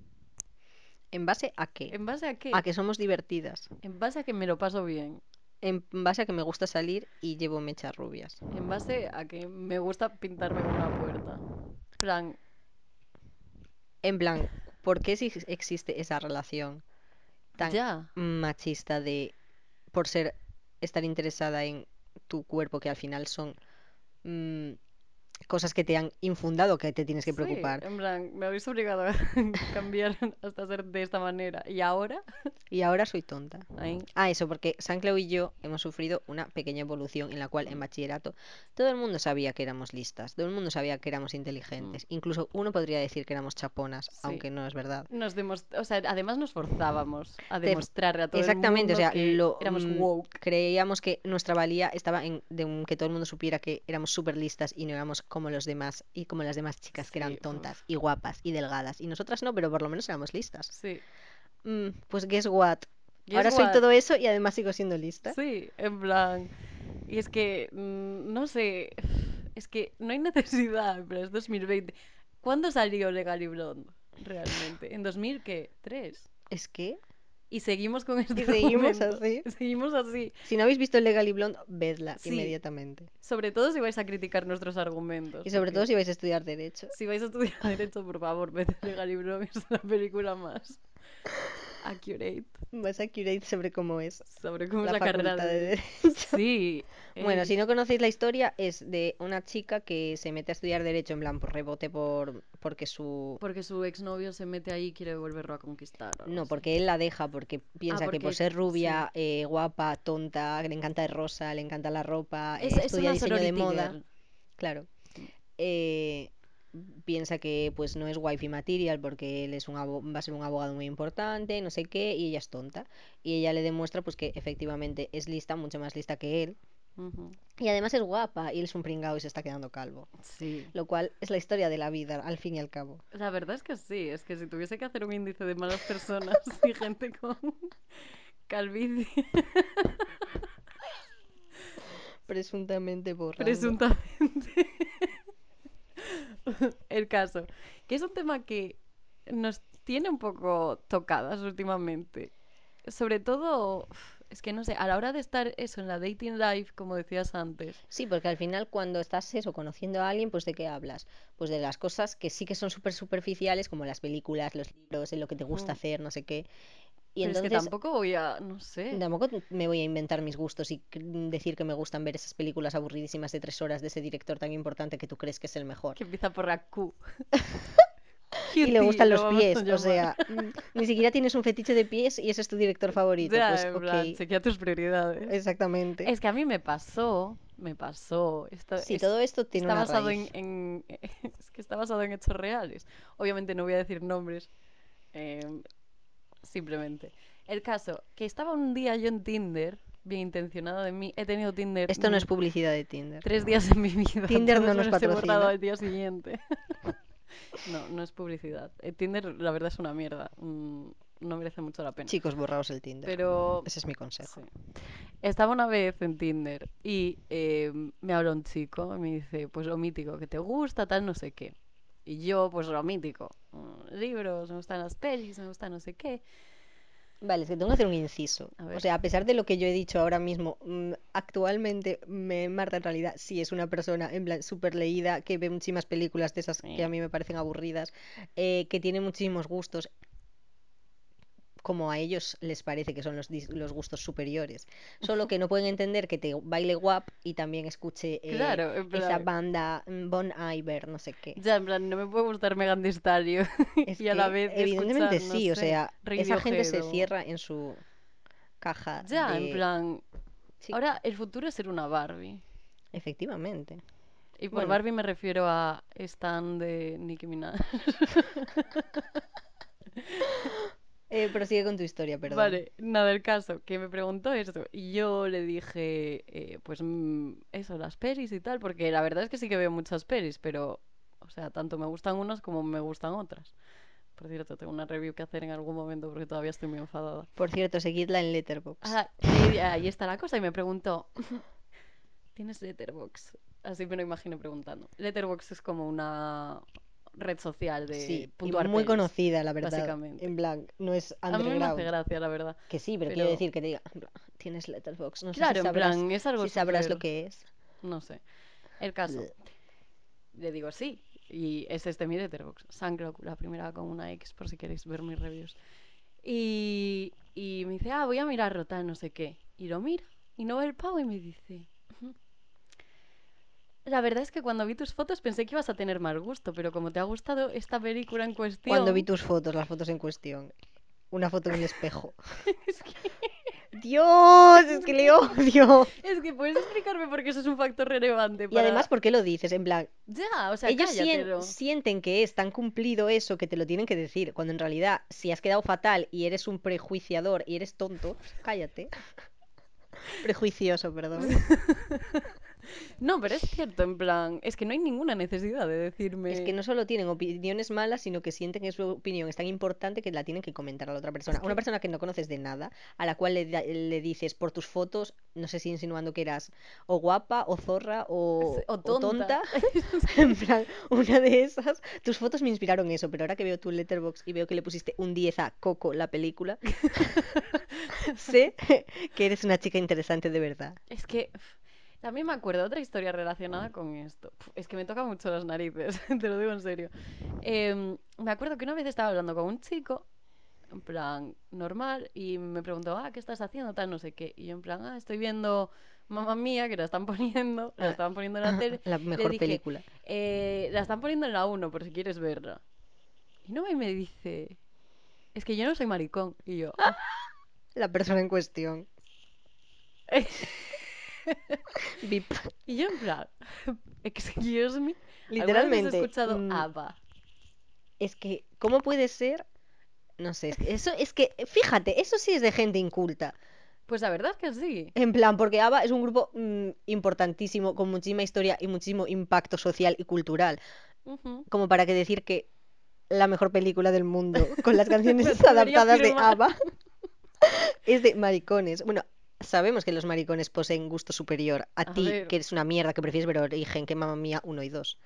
Speaker 2: ¿En base a qué?
Speaker 1: ¿En base a qué?
Speaker 2: A que somos divertidas.
Speaker 1: En base a que me lo paso bien.
Speaker 2: En base a que me gusta salir y llevo mechas rubias.
Speaker 1: En base a que me gusta pintarme con una puerta. Plan,
Speaker 2: En plan, ¿por qué si existe esa relación tan
Speaker 1: ya.
Speaker 2: machista de por ser estar interesada en tu cuerpo, que al final son mm, cosas que te han infundado que te tienes que
Speaker 1: Sí,
Speaker 2: preocupar?
Speaker 1: en plan, me habéis obligado a (laughs) cambiar hasta ser de esta manera. Y ahora,
Speaker 2: Y ahora soy tonta.
Speaker 1: Ay,
Speaker 2: Ah, eso, porque Sancleo y yo hemos sufrido una pequeña evolución en la cual en bachillerato todo el mundo sabía que éramos listas, todo el mundo sabía que éramos inteligentes, incluso uno podría decir que éramos chaponas,
Speaker 1: Mm. Sí.
Speaker 2: aunque no es verdad.
Speaker 1: nos demos- o sea, además nos forzábamos a
Speaker 2: Te-
Speaker 1: demostrarle a todo
Speaker 2: Exactamente,
Speaker 1: el mundo
Speaker 2: o sea,
Speaker 1: que
Speaker 2: lo
Speaker 1: éramos
Speaker 2: mm,
Speaker 1: woke.
Speaker 2: creíamos que nuestra valía estaba en de un- que todo el mundo supiera que éramos súper listas y no éramos como los demás y como las demás chicas que eran
Speaker 1: Sí,
Speaker 2: tontas
Speaker 1: uf.
Speaker 2: y guapas y delgadas y nosotras no, pero por lo menos éramos listas.
Speaker 1: Sí.
Speaker 2: Mm, pues guess what?
Speaker 1: Guess
Speaker 2: Ahora soy
Speaker 1: what?
Speaker 2: todo eso y además sigo siendo lista.
Speaker 1: Sí, en plan. Y es que, mm, no sé, (sighs) es que no hay (laughs) necesidad, pero es 2020. ¿Cuándo salió Legal y Blonde realmente? ¿En 2003?
Speaker 2: Es que
Speaker 1: Y seguimos con este
Speaker 2: seguimos
Speaker 1: argumento.
Speaker 2: así.
Speaker 1: (laughs) Seguimos así.
Speaker 2: si no habéis visto Legally Blonde, vedla
Speaker 1: Sí.
Speaker 2: inmediatamente.
Speaker 1: Sobre todo si vais a criticar nuestros argumentos.
Speaker 2: Y sobre
Speaker 1: porque-
Speaker 2: todo si vais a estudiar derecho.
Speaker 1: (laughs) Si vais a estudiar Derecho, por favor, vete a Legal y Blonde, es la película más Accurate.
Speaker 2: Vas a curate sobre cómo es
Speaker 1: Sobre cómo es
Speaker 2: la,
Speaker 1: la carrera
Speaker 2: facultad
Speaker 1: de...
Speaker 2: de
Speaker 1: (laughs)
Speaker 2: Derecho.
Speaker 1: Sí.
Speaker 2: Bueno,
Speaker 1: eh,
Speaker 2: si no conocéis la historia, es de una chica que se mete a estudiar Derecho en plan por rebote por porque su...
Speaker 1: Porque su exnovio se mete ahí y quiere volverlo a conquistar. o algo
Speaker 2: No,
Speaker 1: así. Ah,
Speaker 2: porque él la deja porque piensa que por
Speaker 1: porque-
Speaker 2: ser rubia, eh, guapa, tonta, que le encanta el rosa, le encanta la ropa, eh,
Speaker 1: Es, es
Speaker 2: estudia
Speaker 1: una
Speaker 2: diseño de
Speaker 1: sorority
Speaker 2: moda.
Speaker 1: girl.
Speaker 2: Claro. Eh, piensa que pues no es wifi material porque él es un abo- va a ser un abogado muy importante, no sé qué, y ella es tonta. Y ella le demuestra pues que efectivamente es lista, mucho más lista que él.
Speaker 1: Ujú.
Speaker 2: Y además es guapa, y él es un pringao y se está quedando calvo.
Speaker 1: Sí.
Speaker 2: Lo cual es la historia de la vida, al fin y al cabo.
Speaker 1: La verdad es que sí, es que si tuviese que hacer un índice de malas (laughs) personas y gente con calvicie,
Speaker 2: Presuntamente borrando.
Speaker 1: presuntamente. (laughs) El caso, que es un tema que nos tiene un poco tocadas últimamente. Sobre todo, uf, es que no sé, a la hora de estar eso en la dating life, como decías antes,
Speaker 2: Sí, porque al final cuando estás eso, conociendo a alguien, pues ¿de qué hablas? Pues de las cosas que sí que son súper superficiales, como las películas, los libros, en lo que te
Speaker 1: Ujú.
Speaker 2: gusta hacer, no sé qué. Y
Speaker 1: Mm. pero
Speaker 2: entonces
Speaker 1: es que tampoco ¿eh? voy a, no sé.
Speaker 2: Tampoco t- me voy a inventar mis gustos y cr- decir que me gustan ver esas películas aburridísimas de tres horas de ese director tan importante que tú crees que es el mejor.
Speaker 1: Que empieza por la Q.
Speaker 2: (laughs) Y le
Speaker 1: Cutie,
Speaker 2: gustan
Speaker 1: lo
Speaker 2: los
Speaker 1: vamos a
Speaker 2: pies, o
Speaker 1: llamar.
Speaker 2: sea, mm, ni siquiera tienes un fetiche de pies y ese es tu director favorito.
Speaker 1: Ya,
Speaker 2: Pues
Speaker 1: en
Speaker 2: ok, Este.
Speaker 1: plan, chequea tus prioridades.
Speaker 2: exactamente.
Speaker 1: Es que a mí me pasó, me pasó. Esto,
Speaker 2: Si
Speaker 1: es-
Speaker 2: todo esto tiene
Speaker 1: está
Speaker 2: una
Speaker 1: basado
Speaker 2: raíz.
Speaker 1: En, en- (laughs) es que está basado en hechos reales. Obviamente no voy a decir nombres. em, simplemente. El caso, que estaba un día yo en Tinder, bien intencionado de mí. He tenido Tinder
Speaker 2: Esto no
Speaker 1: mm,
Speaker 2: es publicidad de Tinder.
Speaker 1: tres días en mi vida.
Speaker 2: Tinder
Speaker 1: todos
Speaker 2: no
Speaker 1: me
Speaker 2: nos
Speaker 1: los he
Speaker 2: patrocina.
Speaker 1: borrado al día siguiente. (laughs) no, no es publicidad. Eh, Tinder, la verdad, es una mierda. mm, no merece mucho la pena.
Speaker 2: Chicos, borraos el Tinder.
Speaker 1: Pero
Speaker 2: Ese es mi consejo.
Speaker 1: Sí. Estaba una vez en Tinder y eh, me habló un chico y me dice, pues lo mítico que te gusta, tal, no sé qué. Y yo, pues lo mítico, mm, libros, me gustan las pelis, me gusta no sé qué.
Speaker 2: Vale, es que tengo que hacer un inciso.
Speaker 1: A
Speaker 2: O
Speaker 1: ver.
Speaker 2: sea, a pesar de lo que yo he dicho ahora mismo, mm, actualmente me, Marta en realidad sí es una persona en plan súper leída, que ve muchísimas películas de esas
Speaker 1: Sí.
Speaker 2: que a mí me parecen aburridas, eh, que tiene muchísimos gustos, como a ellos les parece que son los, dis- los gustos superiores. Solo que no pueden entender que te baile guap y también escuche eh,
Speaker 1: Claro, en
Speaker 2: esa
Speaker 1: plan-
Speaker 2: banda mm, Bon Iver, no sé qué.
Speaker 1: Ya, en plan, no me puede gustar Megan Thee Stallion
Speaker 2: Es
Speaker 1: y a la
Speaker 2: que,
Speaker 1: vez
Speaker 2: evidentemente
Speaker 1: escuchar, no
Speaker 2: sí, o
Speaker 1: sé,
Speaker 2: sea, esa gente se
Speaker 1: Radiohead o-
Speaker 2: cierra en su caja
Speaker 1: (laughs) Ya,
Speaker 2: Ah, de-
Speaker 1: en plan,
Speaker 2: Sí.
Speaker 1: ahora el futuro es ser una Barbie.
Speaker 2: Efectivamente.
Speaker 1: Y por
Speaker 2: Bueno.
Speaker 1: Barbie me refiero a Stan de Nicki Minaj.
Speaker 2: Eh, prosigue con tu historia, (laughs) perdón.
Speaker 1: Vale, nada, el caso, que me preguntó esto y yo le dije, eh, pues mm, eso, las pelis y tal, porque la verdad es que sí que veo muchas pelis, pero, o sea, tanto me gustan unas como me gustan otras. Por cierto, tengo una review que hacer en algún momento porque todavía estoy muy enfadada.
Speaker 2: Por cierto, seguidla en Letterboxd.
Speaker 1: Ah, y ahí está la cosa y me preguntó, (laughs) ¿tienes Letterbox? Así me lo imagino preguntando. Letterbox es como una red social de
Speaker 2: sí, y
Speaker 1: puntuar
Speaker 2: muy
Speaker 1: pelis.
Speaker 2: conocida, la verdad.
Speaker 1: básicamente.
Speaker 2: En blanco, no es
Speaker 1: A mí me
Speaker 2: underground.
Speaker 1: hace gracia, la verdad.
Speaker 2: que sí, pero,
Speaker 1: pero-
Speaker 2: quiero decir que te diga, en plan, tienes Letterboxd, no sé
Speaker 1: Claro,
Speaker 2: si
Speaker 1: en
Speaker 2: sabrás,
Speaker 1: plan, es algo
Speaker 2: si sabrás lo
Speaker 1: súper-
Speaker 2: que es.
Speaker 1: No sé. El caso.
Speaker 2: Bleh.
Speaker 1: Le digo sí. Y es este mi Letterboxd. Sancro, la primera con una X, por si queréis ver mis reviews. Y, y me dice, ah, voy a mirarlo, tal, no sé qué. Y lo mira. Y no ve el pavo y me dice. "Ujú. La verdad es que cuando vi tus fotos pensé que ibas a tener mal gusto, pero como te ha gustado esta película en cuestión.
Speaker 2: Cuando vi tus fotos, las fotos en cuestión. Una foto en un espejo.
Speaker 1: (laughs)
Speaker 2: (laughs)
Speaker 1: es, que,
Speaker 2: Dios, es
Speaker 1: (laughs)
Speaker 2: que le odio.
Speaker 1: es que puedes explicarme por qué eso es un factor relevante.
Speaker 2: Y además,
Speaker 1: para-
Speaker 2: ¿por qué lo dices? En plan,
Speaker 1: Ya, o sea,
Speaker 2: ellos
Speaker 1: cállatelo.
Speaker 2: sien- sienten que es tan cumplido eso que te lo tienen que decir, cuando en realidad si has quedado fatal y eres un prejuiciador y eres tonto, pues
Speaker 1: (laughs)
Speaker 2: cállate. Prejuicioso, perdón.
Speaker 1: No, pero es cierto, en plan, es que no hay ninguna necesidad de decirme.
Speaker 2: Es que no solo tienen opiniones malas, sino que sienten que su opinión es tan importante que la tienen que comentar a la otra persona. Una
Speaker 1: que-
Speaker 2: persona que no conoces de nada, a la cual le, da- le dices por tus fotos, no sé si insinuando que eras o guapa, o zorra, o,
Speaker 1: o tonta.
Speaker 2: (laughs) en plan, una de esas. Tus fotos me inspiraron eso, pero ahora que veo tu letterbox y veo que le pusiste un 10 a Coco, la película, (laughs)
Speaker 1: (laughs)
Speaker 2: sé que eres una chica interesante de verdad.
Speaker 1: Es que uf, también me acuerdo de otra historia relacionada con esto. Pf, Es que me toca mucho las (laughs) narices, te lo digo en serio. Em, me acuerdo que una vez estaba hablando con un chico, en plan, normal, y me preguntó, ah, ¿qué estás haciendo? Tal, no sé qué. Y yo en plan, ah, estoy viendo Mamma Mía, que la están (laughs) poniendo, la estaban poniendo en la tele.
Speaker 2: (laughs) La
Speaker 1: Le
Speaker 2: mejor
Speaker 1: dije,
Speaker 2: película.
Speaker 1: "Eh, la están poniendo en la 1, por si quieres verla. Y no me dice, es que yo no soy maricón. Y yo, "Ah".
Speaker 2: La persona en cuestión. Bip.
Speaker 1: y yo en plan, (laughs) excuse me. ¿Alguna vez
Speaker 2: Literalmente.
Speaker 1: has escuchado
Speaker 2: mm,
Speaker 1: ABBA?
Speaker 2: Es que, ¿cómo puede ser? No sé, es que eso es que, fíjate, eso sí es de gente inculta.
Speaker 1: Pues la verdad es que sí.
Speaker 2: En plan, porque ABBA es un grupo mm, importantísimo, con muchísima historia y muchísimo impacto social y cultural,
Speaker 1: Ujú.
Speaker 2: como para que decir que la mejor película
Speaker 1: (laughs)
Speaker 2: del mundo, con las canciones
Speaker 1: Me atrevería a
Speaker 2: (laughs) adaptadas de
Speaker 1: afirmar.
Speaker 2: ABBA, es de maricones. Bueno, sabemos que los maricones poseen gusto superior a
Speaker 1: A
Speaker 2: ti,
Speaker 1: ver.
Speaker 2: que eres una mierda, que prefieres ver Origen que Mamma Mía 1 y 2.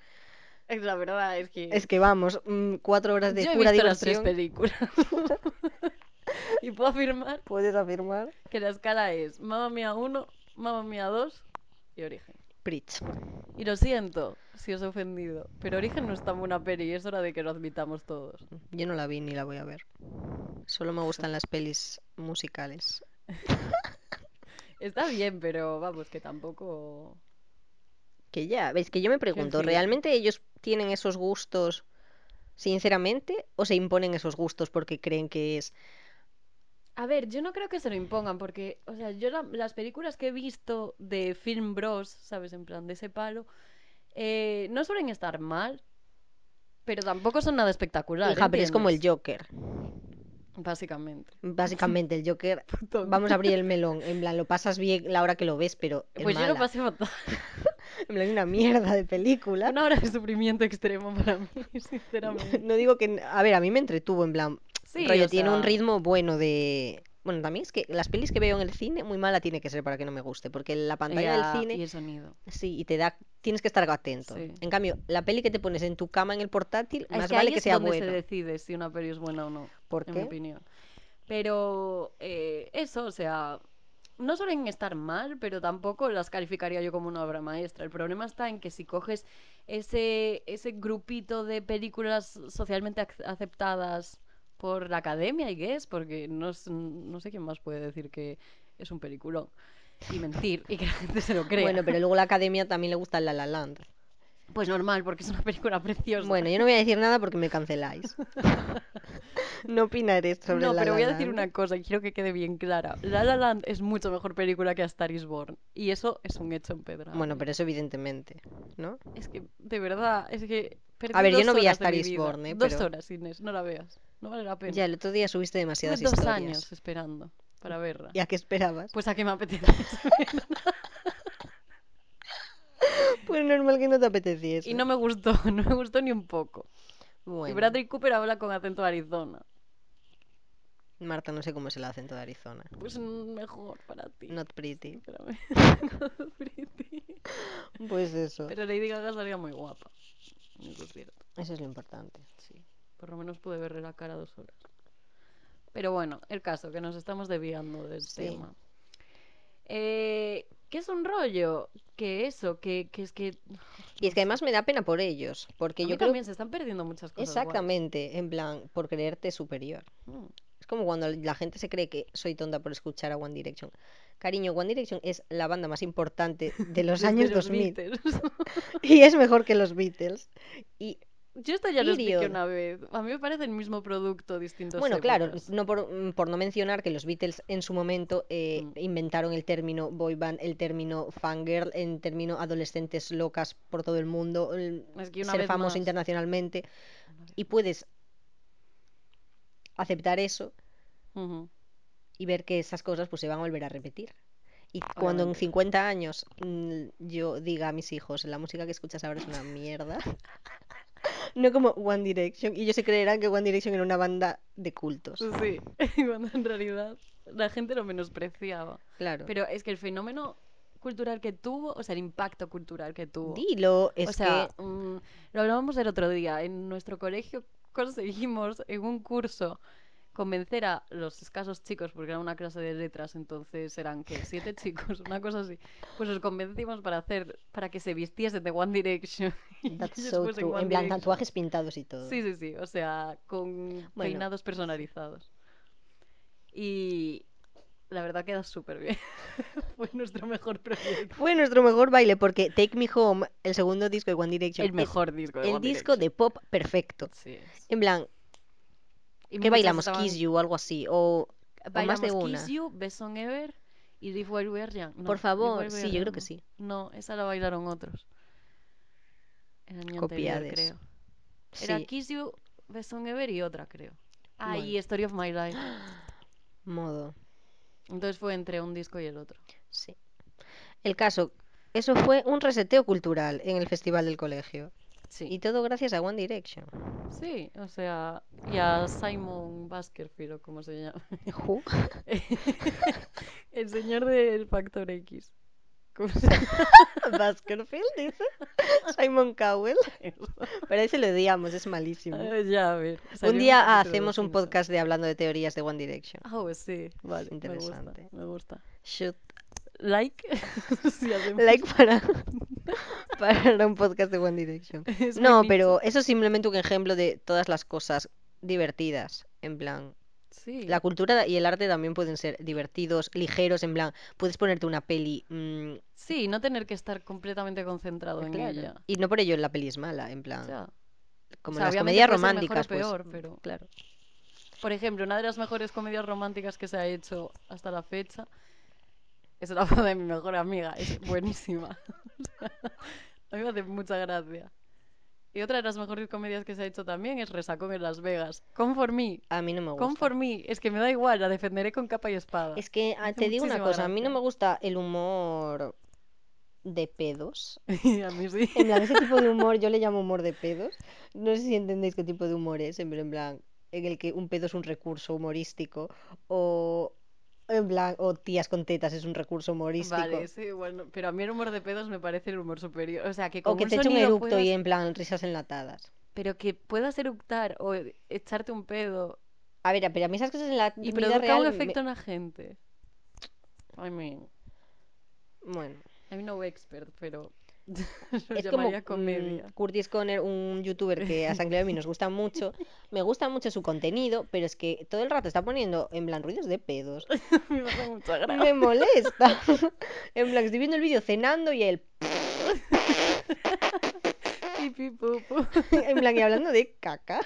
Speaker 1: Es la verdad es que.
Speaker 2: Es que vamos, mm, cuatro horas de
Speaker 1: yo he
Speaker 2: pura
Speaker 1: visto las tres
Speaker 2: diversión.
Speaker 1: películas. (laughs) y puedo afirmar
Speaker 2: ¿Puedes afirmar?
Speaker 1: que la escala es Mamma Mía 1, Mamma Mía 2 y Origen.
Speaker 2: Preach.
Speaker 1: Y lo siento si os he ofendido, pero Origen no es tan buena peli y es hora de que lo admitamos todos.
Speaker 2: Yo no la vi ni la voy a ver. Solo me gustan las pelis musicales.
Speaker 1: Está bien, pero vamos, que tampoco.
Speaker 2: Que ya, ves que yo me pregunto,
Speaker 1: decir-
Speaker 2: ¿realmente ellos tienen esos gustos sinceramente o se imponen esos gustos porque creen que es...
Speaker 1: A ver, yo no creo que se lo impongan porque, o sea, yo la- las películas que he visto de Film Bros, ¿sabes? En plan, de ese palo, eh, no suelen estar mal, pero tampoco son nada espectaculares.
Speaker 2: Hija, pero es como el Joker. (laughs)
Speaker 1: Básicamente.
Speaker 2: Básicamente el Joker, vamos a abrir el melón, en plan, lo pasas bien la hora que lo ves, pero es
Speaker 1: Pues yo lo
Speaker 2: mala.
Speaker 1: pasé fatal. (laughs)
Speaker 2: En plan, es una mierda de película.
Speaker 1: Una hora de sufrimiento extremo para mí, (laughs) sinceramente.
Speaker 2: (laughs) No digo que... A ver, a mí me entretuvo, en plan,
Speaker 1: Sí,
Speaker 2: rollo,
Speaker 1: o
Speaker 2: tiene un
Speaker 1: sea,
Speaker 2: ritmo bueno de... Bueno, también es que las pelis que veo en el cine, muy mala tiene que ser para que no me guste, porque la pantalla
Speaker 1: ya,
Speaker 2: del cine...
Speaker 1: Y el sonido.
Speaker 2: Sí, y te da, tienes que estar atento.
Speaker 1: Sí.
Speaker 2: En cambio, la peli que te pones en tu cama en el portátil,
Speaker 1: Es
Speaker 2: más
Speaker 1: que
Speaker 2: vale
Speaker 1: ahí
Speaker 2: que
Speaker 1: es
Speaker 2: sea
Speaker 1: donde se
Speaker 2: bueno.
Speaker 1: decide si una peli es buena o no,
Speaker 2: ¿Por
Speaker 1: en mi
Speaker 2: qué?
Speaker 1: opinión. Pero eh, eso, o sea, no suelen estar mal, pero tampoco las calificaría yo como una obra maestra. El problema está en que si coges ese, ese grupito de películas socialmente ac- aceptadas por la academia, I guess, porque no, es- no sé quién más puede decir que es un peliculón y mentir y que la gente se lo crea.
Speaker 2: Bueno, pero luego la academia también le gusta La La Land.
Speaker 1: Pues normal, porque es una película preciosa.
Speaker 2: Bueno, yo no voy a decir nada porque
Speaker 1: (laughs)
Speaker 2: me canceláis. No opinaré sobre
Speaker 1: no,
Speaker 2: La
Speaker 1: pero
Speaker 2: La
Speaker 1: voy a decir
Speaker 2: Land.
Speaker 1: una cosa y quiero que quede bien clara. La La Land es mucho mejor película que A Star Is Born. Y eso es un hecho en pedra.
Speaker 2: Bueno, pero eso evidentemente, ¿no?
Speaker 1: Es que, de verdad, es que... perdí
Speaker 2: A ver, yo
Speaker 1: dos
Speaker 2: no vi A
Speaker 1: horas de
Speaker 2: Star
Speaker 1: mi
Speaker 2: Is
Speaker 1: vida.
Speaker 2: Born, eh,
Speaker 1: Dos
Speaker 2: pero-
Speaker 1: horas, Inés, no la veas. No vale la pena.
Speaker 2: Ya, el otro día subiste
Speaker 1: Tuve
Speaker 2: demasiadas
Speaker 1: dos
Speaker 2: historias. (laughs)
Speaker 1: años esperando para verla.
Speaker 2: ¿Y a qué esperabas?
Speaker 1: Pues a qué me
Speaker 2: (laughs)
Speaker 1: apetece.
Speaker 2: Pues normal que no te apeteciese.
Speaker 1: y no me gustó, (laughs) no me gustó ni un poco. Y
Speaker 2: Bueno,
Speaker 1: Bradley Cooper habla con acento Arizona.
Speaker 2: Marta, no sé cómo es el acento de Arizona.
Speaker 1: Pues mm, mejor para ti.
Speaker 2: Not pretty.
Speaker 1: sinceramente. No, pretty.
Speaker 2: Pues eso.
Speaker 1: Pero Lady Gaga salía muy guapa. Eso es cierto.
Speaker 2: Eso es lo importante.
Speaker 1: Sí, por lo menos pude verle la cara dos horas. Pero bueno, el caso, que nos estamos desviando del
Speaker 2: Sí.
Speaker 1: tema. Eh, ¿Qué es un rollo? Que eso, que, que es que.
Speaker 2: Y es que además me da pena por ellos, porque
Speaker 1: a
Speaker 2: yo
Speaker 1: mí
Speaker 2: creo
Speaker 1: también se están perdiendo muchas cosas. guays.
Speaker 2: Exactamente, en plan, por creerte superior.
Speaker 1: Mm,
Speaker 2: Es como cuando la gente se cree que soy tonta por escuchar a One Direction. Cariño, One Direction es la banda más importante de los
Speaker 1: (laughs) desde
Speaker 2: años
Speaker 1: los
Speaker 2: 2000
Speaker 1: Beatles.
Speaker 2: (laughs) y es mejor que los Beatles. Y
Speaker 1: Yo esto ya lo expliqué
Speaker 2: Period.
Speaker 1: una vez. A mí me parece el mismo producto, distintos.
Speaker 2: bueno, claro,
Speaker 1: épocas.
Speaker 2: no por, mm, por no mencionar que los Beatles en su momento eh,
Speaker 1: Mm.
Speaker 2: inventaron el término boy band, el término fangirl, el término adolescentes locas por todo el mundo, el
Speaker 1: Es que una
Speaker 2: ser
Speaker 1: vez
Speaker 2: famoso
Speaker 1: más- Ah,
Speaker 2: internacionalmente y puedes aceptar eso
Speaker 1: Ujú.
Speaker 2: y ver que esas cosas pues se van a volver a repetir. Y cuando en 50 años mm, yo diga a mis hijos, la música que escuchas ahora es una mierda, (laughs) no como One Direction, y ellos se creerán que One Direction era una banda de cultos.
Speaker 1: Sí, (laughs) cuando en realidad la gente lo menospreciaba.
Speaker 2: Claro.
Speaker 1: Pero es que el fenómeno cultural que tuvo, o sea, el impacto cultural que tuvo.
Speaker 2: Dilo, es
Speaker 1: o sea,
Speaker 2: que...
Speaker 1: mm, lo hablábamos el otro día. En nuestro colegio conseguimos en un curso convencer a los escasos chicos, porque era una clase de letras, entonces eran que
Speaker 2: (laughs)
Speaker 1: siete chicos, una cosa así. Pues los convencimos para hacer, para que se vistiesen de One Direction. (laughs) y
Speaker 2: That's
Speaker 1: ellos
Speaker 2: so
Speaker 1: fuesen
Speaker 2: true.
Speaker 1: One
Speaker 2: En plan,
Speaker 1: Direction.
Speaker 2: tatuajes pintados y todo.
Speaker 1: Sí, sí, sí. O sea, con
Speaker 2: Bueno.
Speaker 1: peinados personalizados. Y la verdad queda súper bien. (laughs) Fue nuestro mejor proyecto.
Speaker 2: Fue nuestro mejor baile porque Take Me Home, el segundo disco de One Direction,
Speaker 1: El mejor disco
Speaker 2: es
Speaker 1: de
Speaker 2: el
Speaker 1: One
Speaker 2: disco de pop perfecto.
Speaker 1: Direction. Sí.
Speaker 2: En plan,
Speaker 1: Y
Speaker 2: que
Speaker 1: muchas
Speaker 2: bailamos
Speaker 1: estaban-
Speaker 2: Kiss You o algo así, o, o más
Speaker 1: Bailamos
Speaker 2: de una.
Speaker 1: Kiss You, Best Song Ever y Live While We Are Young. No,
Speaker 2: Por favor,
Speaker 1: Live While We
Speaker 2: sí,
Speaker 1: Are
Speaker 2: yo
Speaker 1: Young
Speaker 2: creo que
Speaker 1: no.
Speaker 2: sí.
Speaker 1: No, esa la bailaron otros. El año
Speaker 2: Copiades.
Speaker 1: anterior, creo. Era
Speaker 2: Sí,
Speaker 1: Kiss You, Best Song Ever y otra, creo. Ah, y
Speaker 2: Bueno.
Speaker 1: Story of My Life.
Speaker 2: modo.
Speaker 1: Entonces fue entre un disco y el otro.
Speaker 2: Sí. El caso, eso fue un reseteo cultural en el festival del colegio.
Speaker 1: Sí.
Speaker 2: Y todo gracias a One
Speaker 1: (laughs)
Speaker 2: Direction.
Speaker 1: Sí, o sea, y a Simon Baskerville, o como se llama. (laughs)
Speaker 2: Ju.
Speaker 1: El señor del Factor X. ¿Cómo se
Speaker 2: (laughs) Baskerville, dice. Simon
Speaker 1: (laughs)
Speaker 2: Cowell. Pero ese lo odiamos, es malísimo.
Speaker 1: llama? Ya, a ver. salió
Speaker 2: Un día
Speaker 1: capítulo de
Speaker 2: hacemos
Speaker 1: Los
Speaker 2: un
Speaker 1: Simpson.
Speaker 2: podcast de hablando de teorías de One Direction.
Speaker 1: Ah, pues sí, vale. me gusta,
Speaker 2: interesante.
Speaker 1: Me gusta.
Speaker 2: Shoot.
Speaker 1: Like. (laughs) si hacemos-
Speaker 2: Like para, (laughs) para un podcast de One Direction.
Speaker 1: (laughs) Es muy
Speaker 2: No,
Speaker 1: nicho.
Speaker 2: pero eso es simplemente un ejemplo de todas las cosas divertidas. En plan,
Speaker 1: Sí.
Speaker 2: la cultura y el arte también pueden ser divertidos, ligeros. En plan, puedes ponerte una peli mm,
Speaker 1: sí, no tener que estar completamente concentrado en
Speaker 2: claro,
Speaker 1: ella.
Speaker 2: y no por ello la peli es mala. En
Speaker 1: O
Speaker 2: plan,
Speaker 1: sea,
Speaker 2: como
Speaker 1: o sea,
Speaker 2: las
Speaker 1: obviamente
Speaker 2: comedias
Speaker 1: puede ser mejor o
Speaker 2: románticas, pues,
Speaker 1: peor, pero-
Speaker 2: claro.
Speaker 1: Por ejemplo, una de las mejores comedias románticas que se ha hecho hasta la fecha es la boda de mi mejor amiga.
Speaker 2: (laughs)
Speaker 1: Es buenísima. (laughs) O sea, a mí me hace mucha gracia. Y otra de las mejores comedias que se ha hecho también es Resacón en Las Vegas. Conforme Me.
Speaker 2: A mí no me gusta.
Speaker 1: Come for Me. Es que me da igual, la defenderé con capa y espada. (laughs)
Speaker 2: Es que ah,
Speaker 1: hace
Speaker 2: te digo una
Speaker 1: muchísima
Speaker 2: cosa, a mí no
Speaker 1: gracia.
Speaker 2: me gusta el humor de (laughs) pedos.
Speaker 1: a mí sí.
Speaker 2: En plan, ese tipo de humor yo le llamo humor de pedos. No sé si entendéis qué tipo de humor es, en plan- en plan, en el que un pedo es un recurso humorístico o en plan, o tías con tetas es un recurso humorístico.
Speaker 1: Vale, sí, bueno, pero a mí el humor de pedos me parece el humor superior. O sea, que con
Speaker 2: O que
Speaker 1: un
Speaker 2: te eche un
Speaker 1: sonido
Speaker 2: eructo
Speaker 1: puedas-
Speaker 2: y en plan risas enlatadas.
Speaker 1: Pero que puedas eructar o e, echarte un pedo
Speaker 2: A ver, pero a mí esas cosas en la
Speaker 1: y
Speaker 2: vida
Speaker 1: produzca
Speaker 2: real
Speaker 1: un
Speaker 2: me-
Speaker 1: efecto en la gente. I mean, (laughs)
Speaker 2: Bueno,
Speaker 1: I'm no expert, pero (laughs) lo
Speaker 2: es como
Speaker 1: llamaría
Speaker 2: mm, (laughs)
Speaker 1: comedia.
Speaker 2: Curtis Conner, un youtuber que a San Cleo y a mí nos gusta mucho. Me gusta mucho su contenido, pero es que todo el rato está poniendo en plan ruidos
Speaker 1: (laughs)
Speaker 2: de pedos.
Speaker 1: me pasa (laughs) mucha gracia.
Speaker 2: Me molesta. (laughs) En plan, estoy viendo el vídeo cenando y él. (laughs)
Speaker 1: Pi, pi, pu, pu.
Speaker 2: En plan, y hablando de
Speaker 1: (laughs)
Speaker 2: caca.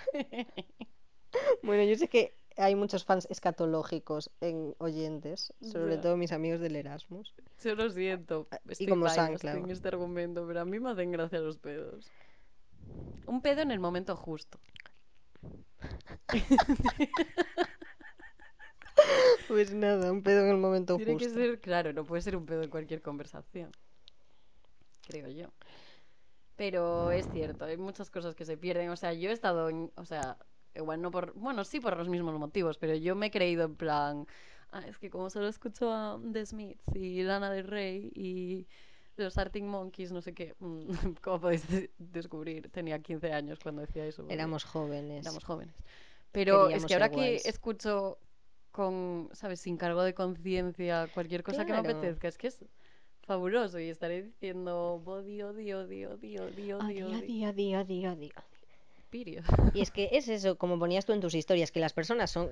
Speaker 2: Bueno, yo sé que hay muchos fans escatológicos en oyentes, sobre
Speaker 1: Ya.
Speaker 2: todo mis amigos del Erasmus.
Speaker 1: Yo lo siento. Estoy
Speaker 2: Ah, como
Speaker 1: biased
Speaker 2: Sanclau.
Speaker 1: en este argumento, pero a mí me hacen gracia los pedos. Un pedo en el momento justo.
Speaker 2: Pues nada, un pedo en el momento
Speaker 1: Tiene
Speaker 2: justo.
Speaker 1: que ser, claro, no puede ser un pedo en cualquier conversación. Creo yo. Pero es cierto, hay muchas cosas que se pierden. O sea, yo he estado en. O sea, igual no por. Bueno, sí por los mismos motivos, pero yo me he creído en plan. "Ah, es que como solo escucho a The Smiths y Lana del Rey y los Arctic Monkeys, no sé qué. (laughs) mm, Como podéis de- descubrir, tenía 15 años cuando decía eso. porque-
Speaker 2: Éramos jóvenes.
Speaker 1: éramos jóvenes. Pero es
Speaker 2: Queríamos
Speaker 1: que ahora
Speaker 2: ser
Speaker 1: que
Speaker 2: guays.
Speaker 1: escucho con, ¿sabes? Sin cargo de conciencia, cualquier cosa que me
Speaker 2: Claro.
Speaker 1: apetezca, es que es fabuloso y estaré diciendo body, odio, odio, odio, odio, odio,
Speaker 2: Odio,
Speaker 1: odio,
Speaker 2: odio, odio, odio, odio.
Speaker 1: period.
Speaker 2: Y es que es eso, como ponías tú en tus historias, que las personas son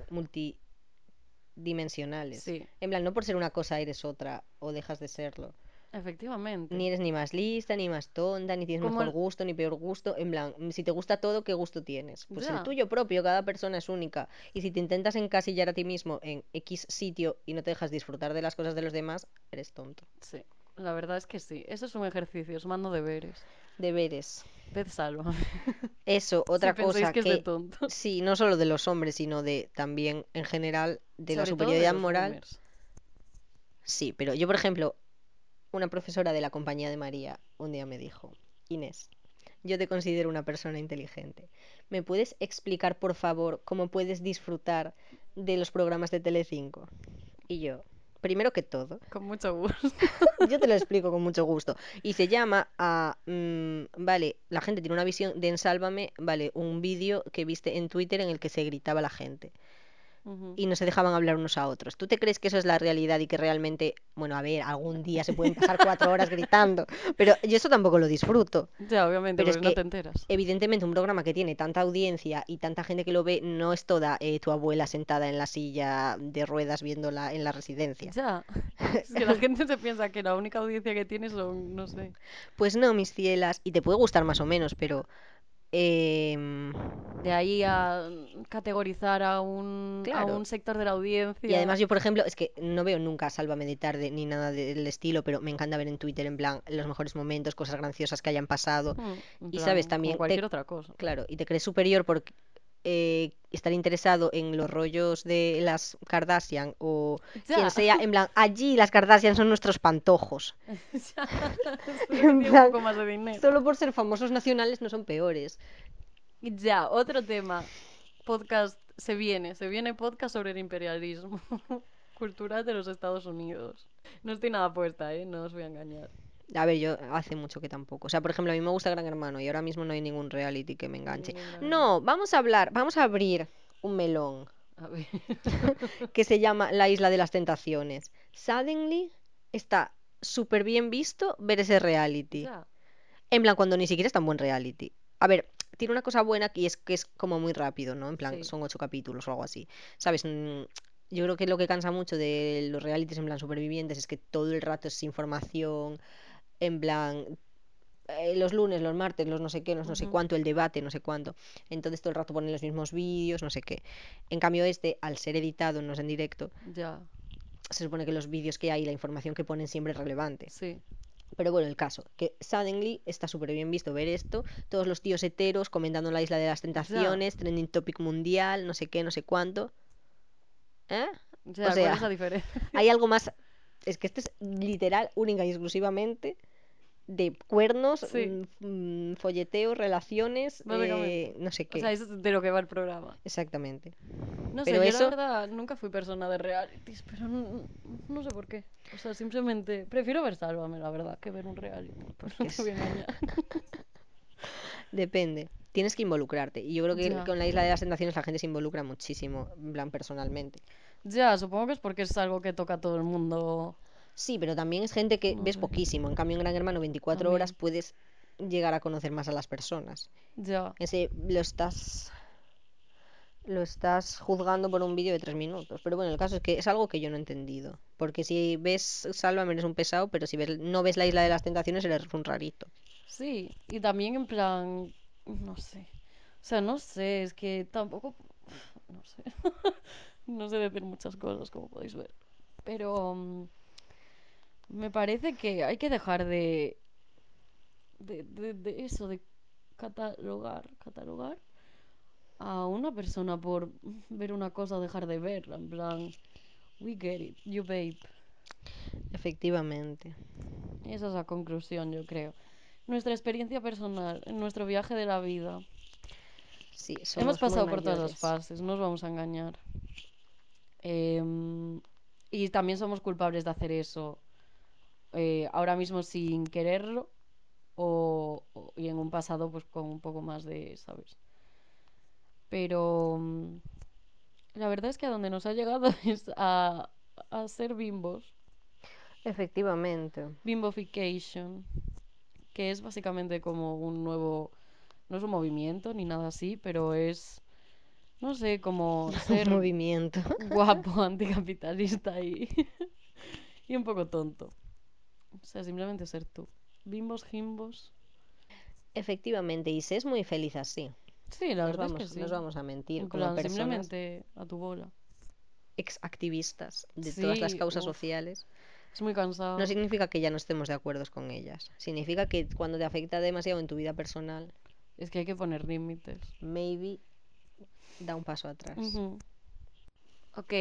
Speaker 2: multidimensionales.
Speaker 1: Sí,
Speaker 2: En plan, no por ser una cosa eres otra o dejas de serlo.
Speaker 1: efectivamente.
Speaker 2: Ni eres ni más lista, ni más tonta, ni tienes
Speaker 1: Como
Speaker 2: mejor
Speaker 1: el-
Speaker 2: gusto, ni peor gusto. En plan, mm, si te gusta todo, ¿qué gusto tienes? Pues el
Speaker 1: Ya.
Speaker 2: tuyo propio, cada persona es única. Y si te intentas encasillar a ti mismo en X sitio y no te dejas disfrutar de las cosas de los demás, eres tonto.
Speaker 1: Sí, la verdad es que sí. Eso es un ejercicio, os mando deberes.
Speaker 2: Deberes.
Speaker 1: Ved salva.
Speaker 2: Eso, otra
Speaker 1: (laughs) si pensáis
Speaker 2: cosa
Speaker 1: que es de
Speaker 2: que...
Speaker 1: tontos.
Speaker 2: Sí, no solo de los hombres, sino de también en general de
Speaker 1: Sobre todo
Speaker 2: la
Speaker 1: de
Speaker 2: superioridad
Speaker 1: los
Speaker 2: moral.
Speaker 1: boomers.
Speaker 2: Sí, pero yo, por ejemplo, una profesora de la compañía de María un día me dijo, Inés, yo te considero una persona inteligente. ¿Me puedes explicar, por favor, cómo puedes disfrutar de los programas de Telecinco? Y yo, primero que todo,
Speaker 1: Con mucho gusto.
Speaker 2: (laughs) yo te lo explico con mucho gusto. Y se llama a, mm, vale, la gente tiene una visión de Ensálvame, vale, un vídeo que viste en Twitter en el que se gritaba la gente.
Speaker 1: Ujú.
Speaker 2: y no se dejaban hablar unos a otros. ¿Tú te crees que eso es la realidad y que realmente, bueno, a ver, algún día se pueden pasar cuatro horas gritando? Pero yo eso tampoco lo disfruto.
Speaker 1: Ya, obviamente,
Speaker 2: Pero es
Speaker 1: porque no
Speaker 2: que-
Speaker 1: te enteras.
Speaker 2: Evidentemente, un programa que tiene tanta audiencia y tanta gente que lo ve, no es toda eh, tu abuela sentada en la silla de ruedas viéndola en la residencia.
Speaker 1: Ya. (laughs) Es que la gente se piensa que la única audiencia que tiene son, no sé.
Speaker 2: Pues no, mis cielas, y te puede gustar más o menos, pero... em,
Speaker 1: De ahí a mm, categorizar a un, a
Speaker 2: Claro.
Speaker 1: un sector de la audiencia.
Speaker 2: Y además yo, por ejemplo, es que no veo nunca Sálvame de tarde ni nada del estilo, pero me encanta ver en Twitter, en plan, los mejores momentos, cosas graciosas que hayan pasado.
Speaker 1: Mm, en
Speaker 2: y sabes,
Speaker 1: plan, como
Speaker 2: también te-
Speaker 1: cualquier otra
Speaker 2: (laughs)
Speaker 1: cosa.
Speaker 2: Claro, y te crees superior por eh, estar interesado en los rollos de las Kardashian o
Speaker 1: Ya.
Speaker 2: quien sea, en plan, allí las Kardashian son nuestros pantojos.
Speaker 1: (laughs)
Speaker 2: (laughs)
Speaker 1: Ya, sí,
Speaker 2: En
Speaker 1: tiene un
Speaker 2: plan,
Speaker 1: poco más de dinero.
Speaker 2: Solo por ser famosos nacionales no son peores.
Speaker 1: Ya, otro tema. Podcast se viene, se viene podcast sobre el imperialismo. (laughs) Cultura de los Estados Unidos. No estoy nada puesta, ¿eh? No os voy a engañar.
Speaker 2: A ver, yo hace mucho que tampoco. O sea, por ejemplo, a mí me gusta Gran Hermano y ahora mismo no hay ningún reality que me enganche.
Speaker 1: Ningún Gran
Speaker 2: No, vamos a hablar, vamos a abrir un melón
Speaker 1: A ver.
Speaker 2: que se llama La Isla de las Tentaciones. Suddenly está súper bien visto ver ese reality.
Speaker 1: Ya.
Speaker 2: En plan, cuando ni siquiera es tan buen reality. A ver, tiene una cosa buena y es que es como muy rápido, ¿no? En plan,
Speaker 1: Sí.
Speaker 2: son ocho capítulos o algo así. ¿Sabes? Mm, Yo creo que lo que cansa mucho de los realities en plan supervivientes es que todo el rato es información, en plan, eh, los lunes, los martes, los no sé qué, los no sé
Speaker 1: Ujú.
Speaker 2: cuánto, el debate, no sé cuánto. Entonces todo el rato ponen los mismos vídeos, no sé qué. En cambio este, al ser editado, no es en directo,
Speaker 1: Ya.
Speaker 2: se supone que los vídeos que hay, la información que ponen siempre es relevante.
Speaker 1: Sí.
Speaker 2: Pero bueno, el caso, que suddenly está súper bien visto ver esto, todos los tíos heteros comentando la isla de las tentaciones, trending topic mundial, no sé qué, no sé cuánto. ¿Eh?
Speaker 1: Ya, ¿cuál
Speaker 2: sea,
Speaker 1: es la
Speaker 2: (laughs)
Speaker 1: diferencia?
Speaker 2: Hay algo más, es que esto es literal, única y exclusivamente de cuernos,
Speaker 1: Sí.
Speaker 2: mm, mm, folleteos, relaciones,
Speaker 1: Básicamente.
Speaker 2: eh, no sé
Speaker 1: O
Speaker 2: qué.
Speaker 1: sea, eso es de lo que va el programa.
Speaker 2: Exactamente.
Speaker 1: No
Speaker 2: Pero
Speaker 1: sé, yo la
Speaker 2: eso-
Speaker 1: verdad nunca fui persona de realities, pero no, no sé por qué. O sea, simplemente prefiero ver Sálvame, la verdad, que ver un reality. (laughs)
Speaker 2: Porque
Speaker 1: No te voy a engañar.
Speaker 2: Depende. Tienes que involucrarte. Y yo creo que
Speaker 1: Ya.
Speaker 2: con la isla de las tentaciones la gente se involucra muchísimo, en plan personalmente.
Speaker 1: Ya, supongo que es porque es algo que toca a todo el mundo.
Speaker 2: Sí, pero también es gente que
Speaker 1: No
Speaker 2: ves
Speaker 1: sé.
Speaker 2: poquísimo. En cambio, en Gran Hermano, 24 horas
Speaker 1: También.
Speaker 2: puedes llegar a conocer más a las personas.
Speaker 1: Ya.
Speaker 2: Ese lo estás lo estás juzgando por un vídeo de tres minutos. Pero bueno, el caso es que es algo que yo no he entendido. Porque si ves Sálvame eres un pesado, pero si ves, no ves la Isla de las Tentaciones eres un rarito.
Speaker 1: Sí, y también en plan, no sé. O sea, no sé, es que tampoco, no sé. (laughs) No sé decir muchas cosas, como podéis ver. Pero mm, me parece que hay que dejar de de, de- de eso, de catalogar, catalogar a una persona por ver una cosa o dejar de verla, en plan, we get it, you babe.
Speaker 2: Efectivamente.
Speaker 1: Esa es la conclusión, yo creo. Nuestra experiencia personal, en nuestro viaje de la vida.
Speaker 2: Sí,
Speaker 1: Hemos
Speaker 2: somos muy
Speaker 1: pasado por todas las
Speaker 2: mayores.
Speaker 1: fases, no os vamos a engañar. Em, y también somos culpables de hacer eso eh, ahora mismo sin quererlo o, o- y en un pasado pues con un poco más de, ¿sabes? Pero mm, la verdad es que a donde nos ha llegado (laughs) es a, a ser bimbos,
Speaker 2: Efectivamente.
Speaker 1: bimbofication, que es básicamente como un nuevo, no es un movimiento ni nada así, pero es, no sé, (laughs) como (laughs) ser...
Speaker 2: Un (laughs) movimiento.
Speaker 1: guapo, (laughs) anticapitalista y, y un poco tonto. O sea, simplemente ser tú. Bimbos, gimbos.
Speaker 2: Efectivamente, y se es muy feliz así.
Speaker 1: Sí, la
Speaker 2: Nos
Speaker 1: verdad
Speaker 2: vamos,
Speaker 1: es que sí.
Speaker 2: nos vamos a mentir
Speaker 1: En
Speaker 2: como
Speaker 1: plan,
Speaker 2: personas.
Speaker 1: simplemente a tu bola.
Speaker 2: ex activistas de todas las
Speaker 1: Sí,
Speaker 2: causas
Speaker 1: uf.
Speaker 2: sociales,
Speaker 1: Es muy cansado.
Speaker 2: no significa que ya no estemos de acuerdo con ellas. Significa que cuando te afecta demasiado en tu vida personal,
Speaker 1: Es que hay que poner límites.
Speaker 2: maybe da un paso atrás.
Speaker 1: Ujú. Ok,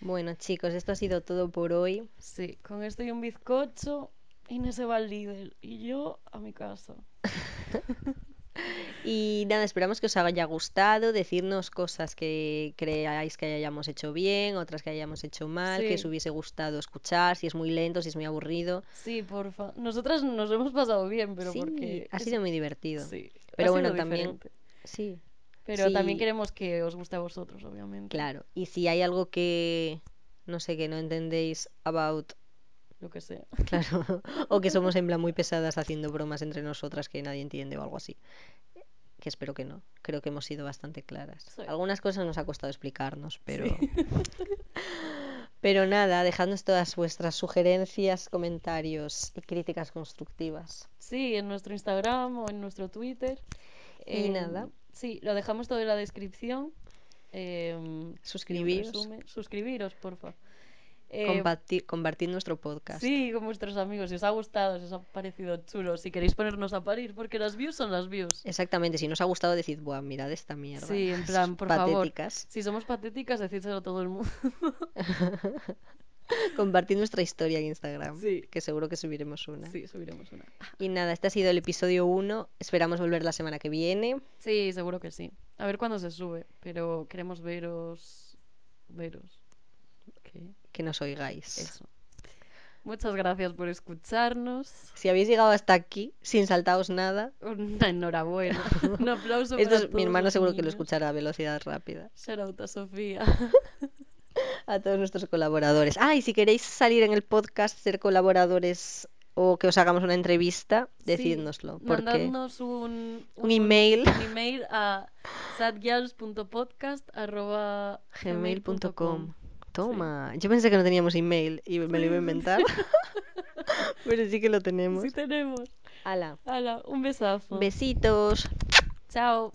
Speaker 2: Bueno, chicos, esto ha sido todo por hoy.
Speaker 1: sí. Con esto y un bizcocho, Inés se va al líder y yo a mi casa.
Speaker 2: Y nada, esperamos que os haya gustado, decirnos cosas que creáis que hayamos hecho bien, otras que hayamos hecho mal, que os
Speaker 1: Sí.
Speaker 2: hubiese gustado escuchar, si es muy lento, si es muy aburrido.
Speaker 1: Sí, porfa. Nosotras nos hemos pasado bien, pero
Speaker 2: sí,
Speaker 1: porque...
Speaker 2: ha
Speaker 1: es-
Speaker 2: sido muy divertido.
Speaker 1: Sí, ha
Speaker 2: Pero bueno,
Speaker 1: sido
Speaker 2: también-
Speaker 1: diferente.
Speaker 2: Sí.
Speaker 1: Pero también
Speaker 2: Sí.
Speaker 1: queremos que os guste a vosotros, obviamente.
Speaker 2: Claro, y si hay algo que no sé, que no entendéis about, (laughs)
Speaker 1: Lo que sea.
Speaker 2: claro, o que somos en plan muy pesadas haciendo bromas entre nosotras que nadie entiende o algo así, que espero que no, creo que hemos sido bastante claras.
Speaker 1: Sí.
Speaker 2: Algunas cosas nos ha costado explicarnos, pero... (laughs) Pero nada, dejadnos todas vuestras sugerencias, comentarios y críticas constructivas.
Speaker 1: Sí, en nuestro Instagram o en nuestro Twitter.
Speaker 2: Y
Speaker 1: Em,
Speaker 2: nada.
Speaker 1: Sí, lo dejamos todo en la descripción. Em, y
Speaker 2: Suscribiros.
Speaker 1: un resumen. Suscribiros, porfa. Em,
Speaker 2: Comparti- compartid nuestro podcast.
Speaker 1: Sí, con vuestros amigos. Si os ha gustado, si os ha parecido chulo, si queréis ponernos a parir, porque las views son las views.
Speaker 2: Exactamente, si nos ha gustado decid, buah, mirad esta mierda.
Speaker 1: Sí, en
Speaker 2: (laughs)
Speaker 1: plan, por favor.
Speaker 2: Patéticas.
Speaker 1: Si somos patéticas, decídselo a todo el mundo.
Speaker 2: Compartid nuestra historia en Instagram,
Speaker 1: Sí.
Speaker 2: que seguro que subiremos una.
Speaker 1: Sí, subiremos una.
Speaker 2: Y nada, este ha sido el episodio 1. Esperamos volver la semana que viene.
Speaker 1: Sí, seguro que sí. A ver cuándo se sube, pero queremos veros. Veros. ¿Qué?
Speaker 2: Que nos oigáis.
Speaker 1: Eso. Muchas gracias por escucharnos.
Speaker 2: Si habéis llegado hasta aquí, sin saltaros nada,
Speaker 1: Una
Speaker 2: (laughs)
Speaker 1: enhorabuena. Un aplauso
Speaker 2: esto
Speaker 1: para
Speaker 2: es- mi
Speaker 1: todos
Speaker 2: hermano
Speaker 1: los
Speaker 2: seguro que lo
Speaker 1: niños.
Speaker 2: escuchará a velocidad rápida.
Speaker 1: Shout out a Sofía.
Speaker 2: a todos nuestros colaboradores. Ah, y si queréis salir en el podcast, ser colaboradores o que os hagamos una entrevista, decídnoslo.
Speaker 1: Sí,
Speaker 2: porque
Speaker 1: Mandadnos un, (laughs)
Speaker 2: un email.
Speaker 1: un email a sadgirls.podcast.gmail.com.
Speaker 2: gmail.com. Toma, yo pensé que no teníamos email y me lo iba a inventar. (laughs) Pero sí que lo tenemos.
Speaker 1: Sí tenemos.
Speaker 2: Hala,
Speaker 1: Hala, un besazo.
Speaker 2: besitos.
Speaker 1: Chao.